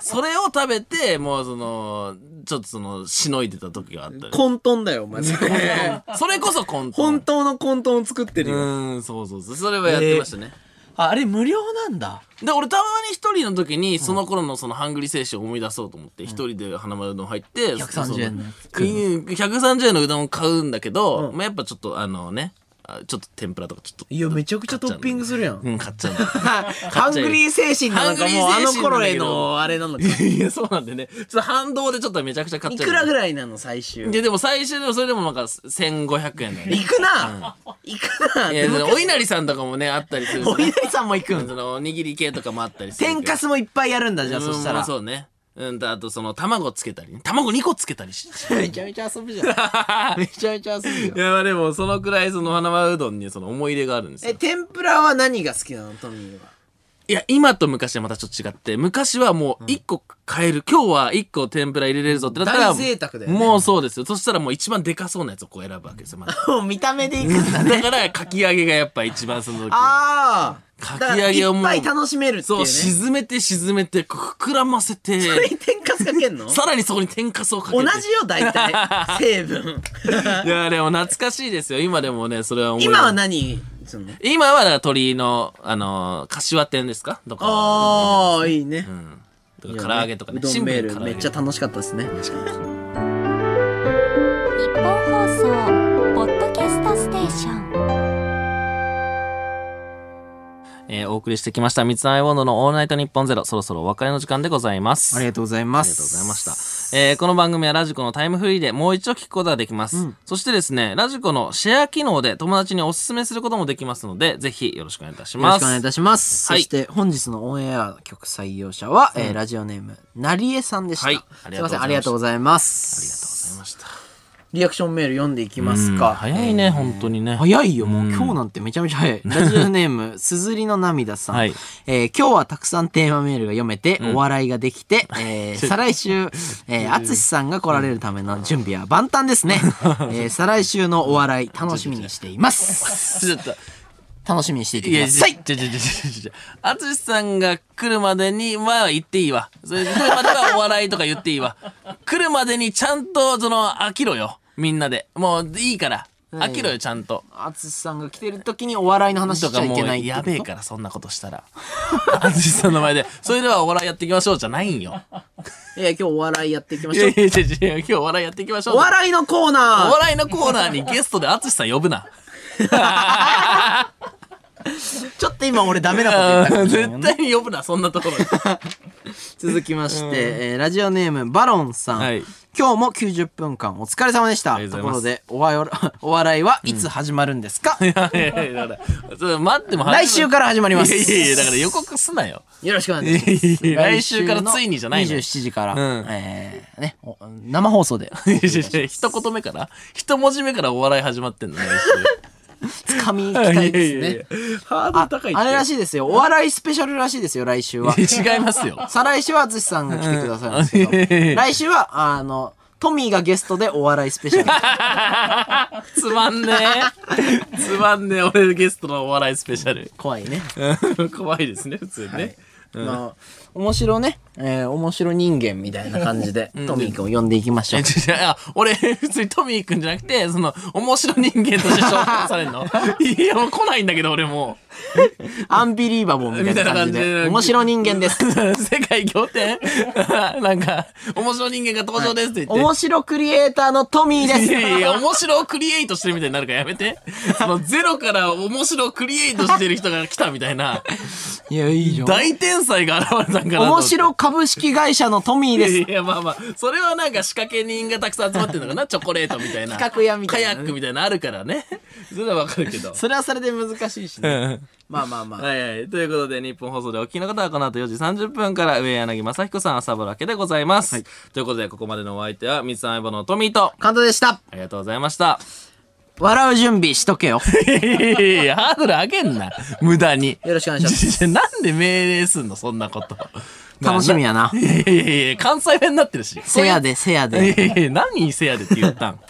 Speaker 1: それを食べて、もうその、ちょっとその、しのいでた時があったり。
Speaker 2: 混沌だよお 前
Speaker 1: それこそ混沌。
Speaker 2: 本当の混沌を作って
Speaker 1: う
Speaker 2: るよ、
Speaker 1: ーん、そうそうそう。それはやってましたね。
Speaker 2: ああれ無料なんだ
Speaker 1: で、俺たまに一人の時に、その頃のそのハングリー精神を思い出そうと思って、一人で花丸うどん入って、
Speaker 2: 130円の
Speaker 1: そうそううん130円のうどんを買うんだけど、まあやっぱちょっとあのね、あちょっと天ぷらとかちょっと
Speaker 2: いや、めちゃくちゃトッピングするやん。
Speaker 1: うん買っちゃうの
Speaker 2: ハングリー精神なのか、もうあ
Speaker 1: ハングリー
Speaker 2: の
Speaker 1: 精神なん
Speaker 2: 頃
Speaker 1: だ
Speaker 2: へ
Speaker 1: けど
Speaker 2: の、あれなの か。
Speaker 1: いや、そうなんでね。ちょっと反動でちょっとめちゃくちゃ買っ
Speaker 2: い
Speaker 1: ちゃう。
Speaker 2: くらぐ
Speaker 1: ら
Speaker 2: らいなの、最終。
Speaker 1: で、でも最終でもそれでもなんか1500円だね。
Speaker 2: 行くな行くない
Speaker 1: や、でもお稲荷さんとかもね、あったりするしね。
Speaker 2: お稲荷さんも行くん
Speaker 1: その、おにぎり系とかもあったりするけど。
Speaker 2: 天かすもいっぱいやるんだ、じゃあ、
Speaker 1: うん
Speaker 2: そした
Speaker 1: ま
Speaker 2: ら
Speaker 1: あ。そうね。うんと、あとその、卵つけたりね。卵2個つけたりし。
Speaker 2: めちゃめちゃ遊 ぶじゃん。めちゃめちゃ遊ぶじゃん
Speaker 1: い。や、まあでも、そのくらいその、花輪うどんにその思い入れがあるんです
Speaker 2: え、
Speaker 1: よ。
Speaker 2: 天ぷらは何が好きなの、トミーは。
Speaker 1: いや、今と昔はまたちょっと違って、昔はもう1個買える。今日は1個天ぷら入れれるぞってなったら、
Speaker 2: 大贅沢だよね
Speaker 1: もうそうですよ。そしたらもう一番でかそうなやつをこう選ぶわけですよ。まず
Speaker 2: もう見た目で行くんだね。
Speaker 1: だから、かき揚げがやっぱ一番その時
Speaker 2: ああ。
Speaker 1: かき揚げをもう
Speaker 2: だからいっぱい楽しめるっていう
Speaker 1: そう、
Speaker 2: ね。
Speaker 1: 沈めて沈めて、こう膨らませて、
Speaker 2: それに天かすかけんの
Speaker 1: さらに そこに天かすをかけ
Speaker 2: 同
Speaker 1: て。
Speaker 2: じよ、大体。成分。
Speaker 1: いや、でも懐かしいですよ。今でもね、それは思い出
Speaker 2: 今は何その
Speaker 1: 今はだから鳥居の、あのー、柏店ですかとか、
Speaker 2: ああ、いいね。
Speaker 1: とか唐揚げとかね。
Speaker 2: うどんメール
Speaker 1: 唐揚
Speaker 2: め
Speaker 1: げ
Speaker 2: っちゃ楽しかったですね。
Speaker 3: 日本放送ポッドキャストステーション
Speaker 1: えーお送りしてきました。三つ編みボンドのオールナイトニッポンゼロ。そろそろお別れの時間でございます。
Speaker 2: ありがとうございます。
Speaker 1: ありがとうございました。えーこの番組はラジコのタイムフリーでもう一度聞くことができます。そしてですね、ラジコのシェア機能で友達におすすめすることもできますので、ぜひよろしくお願いいたし
Speaker 2: よろ
Speaker 1: ま
Speaker 2: し
Speaker 1: す。
Speaker 2: くお願いいたします。
Speaker 1: はい
Speaker 2: そして本日のオンエア曲採用者は、えーラジオネーム、なりえさんでした。
Speaker 1: はい
Speaker 2: すいません、ありがとうございます。ありがとうござい
Speaker 1: ありがとうござい
Speaker 2: ま
Speaker 1: ました。
Speaker 2: す。リアクションメール読んでいきますか。
Speaker 1: 早いね、本当にね。
Speaker 2: 早いよ、もう今日なんてめちゃめちゃ早い。ラジオネーム、すずりの涙さん。
Speaker 1: はい
Speaker 2: えー今日はたくさんテーマメールが読めて、お笑いができて、えー再来週、えー、淳さんが来られるための準備は万端ですね。えー再来週のお笑い、楽しみにしています。
Speaker 1: ちょっと。
Speaker 2: 楽しみにしていて
Speaker 1: い
Speaker 2: く
Speaker 1: や、
Speaker 2: だ
Speaker 1: じゃ
Speaker 2: さい。
Speaker 1: じゃじゃじゃじゃあつしさんが来るまでに、まあ言っていいわ。それ来るまではお笑いとか言っていいわ。来るまでにちゃんと、その、飽きろよ。みんなで。もういいから。飽きろよ、ちゃんと。
Speaker 2: 淳さんが来てる時にお笑いの話し
Speaker 1: と
Speaker 2: ちゃ
Speaker 1: か
Speaker 2: い
Speaker 1: も
Speaker 2: けないっ
Speaker 1: う
Speaker 2: てこと
Speaker 1: やべえからそんなことしたらあずしさんの前でそれではお笑いやっていきましょうじゃないんよ
Speaker 2: いや今日お笑いやっていきま
Speaker 1: い
Speaker 2: しょ
Speaker 1: や
Speaker 2: う
Speaker 1: いやいやいや今日お笑いやっていきましょう
Speaker 2: お笑いのコー
Speaker 1: お
Speaker 2: ナー
Speaker 1: 笑いのコーナーにゲストであつしさん呼ぶな
Speaker 2: ちょっと今俺ダメなこと言ったかもしれ ない
Speaker 1: 絶対に呼ぶなそんなところに
Speaker 2: 続きまして、えーラジオネームバロンさん、
Speaker 1: はい
Speaker 2: 今日も90分間お疲れ様でした
Speaker 1: ありがと
Speaker 2: と
Speaker 1: う
Speaker 2: こ
Speaker 1: ご
Speaker 2: ろ
Speaker 1: ざ
Speaker 2: でおわよお笑いはいつ始まるんですか、
Speaker 1: いやいやだからそれ待っても
Speaker 2: 来週から始まります
Speaker 1: いやいやいやだから予告すなよ
Speaker 2: よろしくお願 いします
Speaker 1: いやいや来
Speaker 2: の
Speaker 1: 週からついにじゃないの
Speaker 2: 27時から、
Speaker 1: うん
Speaker 2: えーね、お生放送で
Speaker 1: いやいやいや一言目から一文字目からお笑い始まってんの来
Speaker 2: つかみた いですね
Speaker 1: いやいやいハード
Speaker 2: あ
Speaker 1: ル高い
Speaker 2: あれら
Speaker 1: し
Speaker 2: しいですよお笑いスペシャルらしいですよ来週は
Speaker 1: 違いますよ
Speaker 2: 再来週は淳さんが来てくださるんですけど、 来週はあのトミーがゲストでお笑いスペシャル
Speaker 1: つまんねえつまんねえ俺ゲストのお笑いスペシャ ル
Speaker 2: 怖いね
Speaker 1: うん怖いですね普通にね、
Speaker 2: まあ、面白ね、えー、面白人間みたいな感じで、トミーくんを呼んでいきましょう
Speaker 1: え。ちょいや俺普通にトミーくんじゃなくてその面白人間として紹介される のいやもう来ないんだけど俺も
Speaker 2: アンビリーバボーみたいな感
Speaker 1: みたいな感じ
Speaker 2: じで、
Speaker 1: で
Speaker 2: 面白人 間です。
Speaker 1: う世界仰天 なんか面白人間が登場ですって言って、
Speaker 2: 面白クリエイターのトミーで
Speaker 1: いやいや、
Speaker 2: す。
Speaker 1: 面白をクリエイトしてるみたいになるからやめて。そのゼロから面白をクリエイトしてる人が来たみたい な、
Speaker 2: いや、いいじゃ。
Speaker 1: 大天才が現れたんかなと思
Speaker 2: 面
Speaker 1: って。
Speaker 2: 白株式会社のトミーです。
Speaker 1: いや、まあまあ、それはなんか仕掛け人がたくさん集まってるのかな、チョコレートみたいな。
Speaker 2: 企画屋みたいなね
Speaker 1: カヤックみたいなのあるからね。それはわかる けど。
Speaker 2: それはそれで難しいしね。まあまあまあ。
Speaker 1: はいはい。ということで、日本放送でお聞きの方は、この後4時30分から、上柳正彦さん、朝ぼらけでございます。ということで、ここまでのお相手は、三つ編みボのトミーと、
Speaker 2: 簡単でした。
Speaker 1: ありがとうございました。
Speaker 2: 笑う準備しとけよ。
Speaker 1: いやいやいやハードル上げんな。無駄に。
Speaker 2: よろしくお願い します。
Speaker 1: いやなんで命令すんの、そんなこと。
Speaker 2: 楽しみやな。
Speaker 1: いやいやいやいや、関西弁になってるし。
Speaker 2: せやで、せや
Speaker 1: い
Speaker 2: で。
Speaker 1: やいやいや、何せやでって言ったん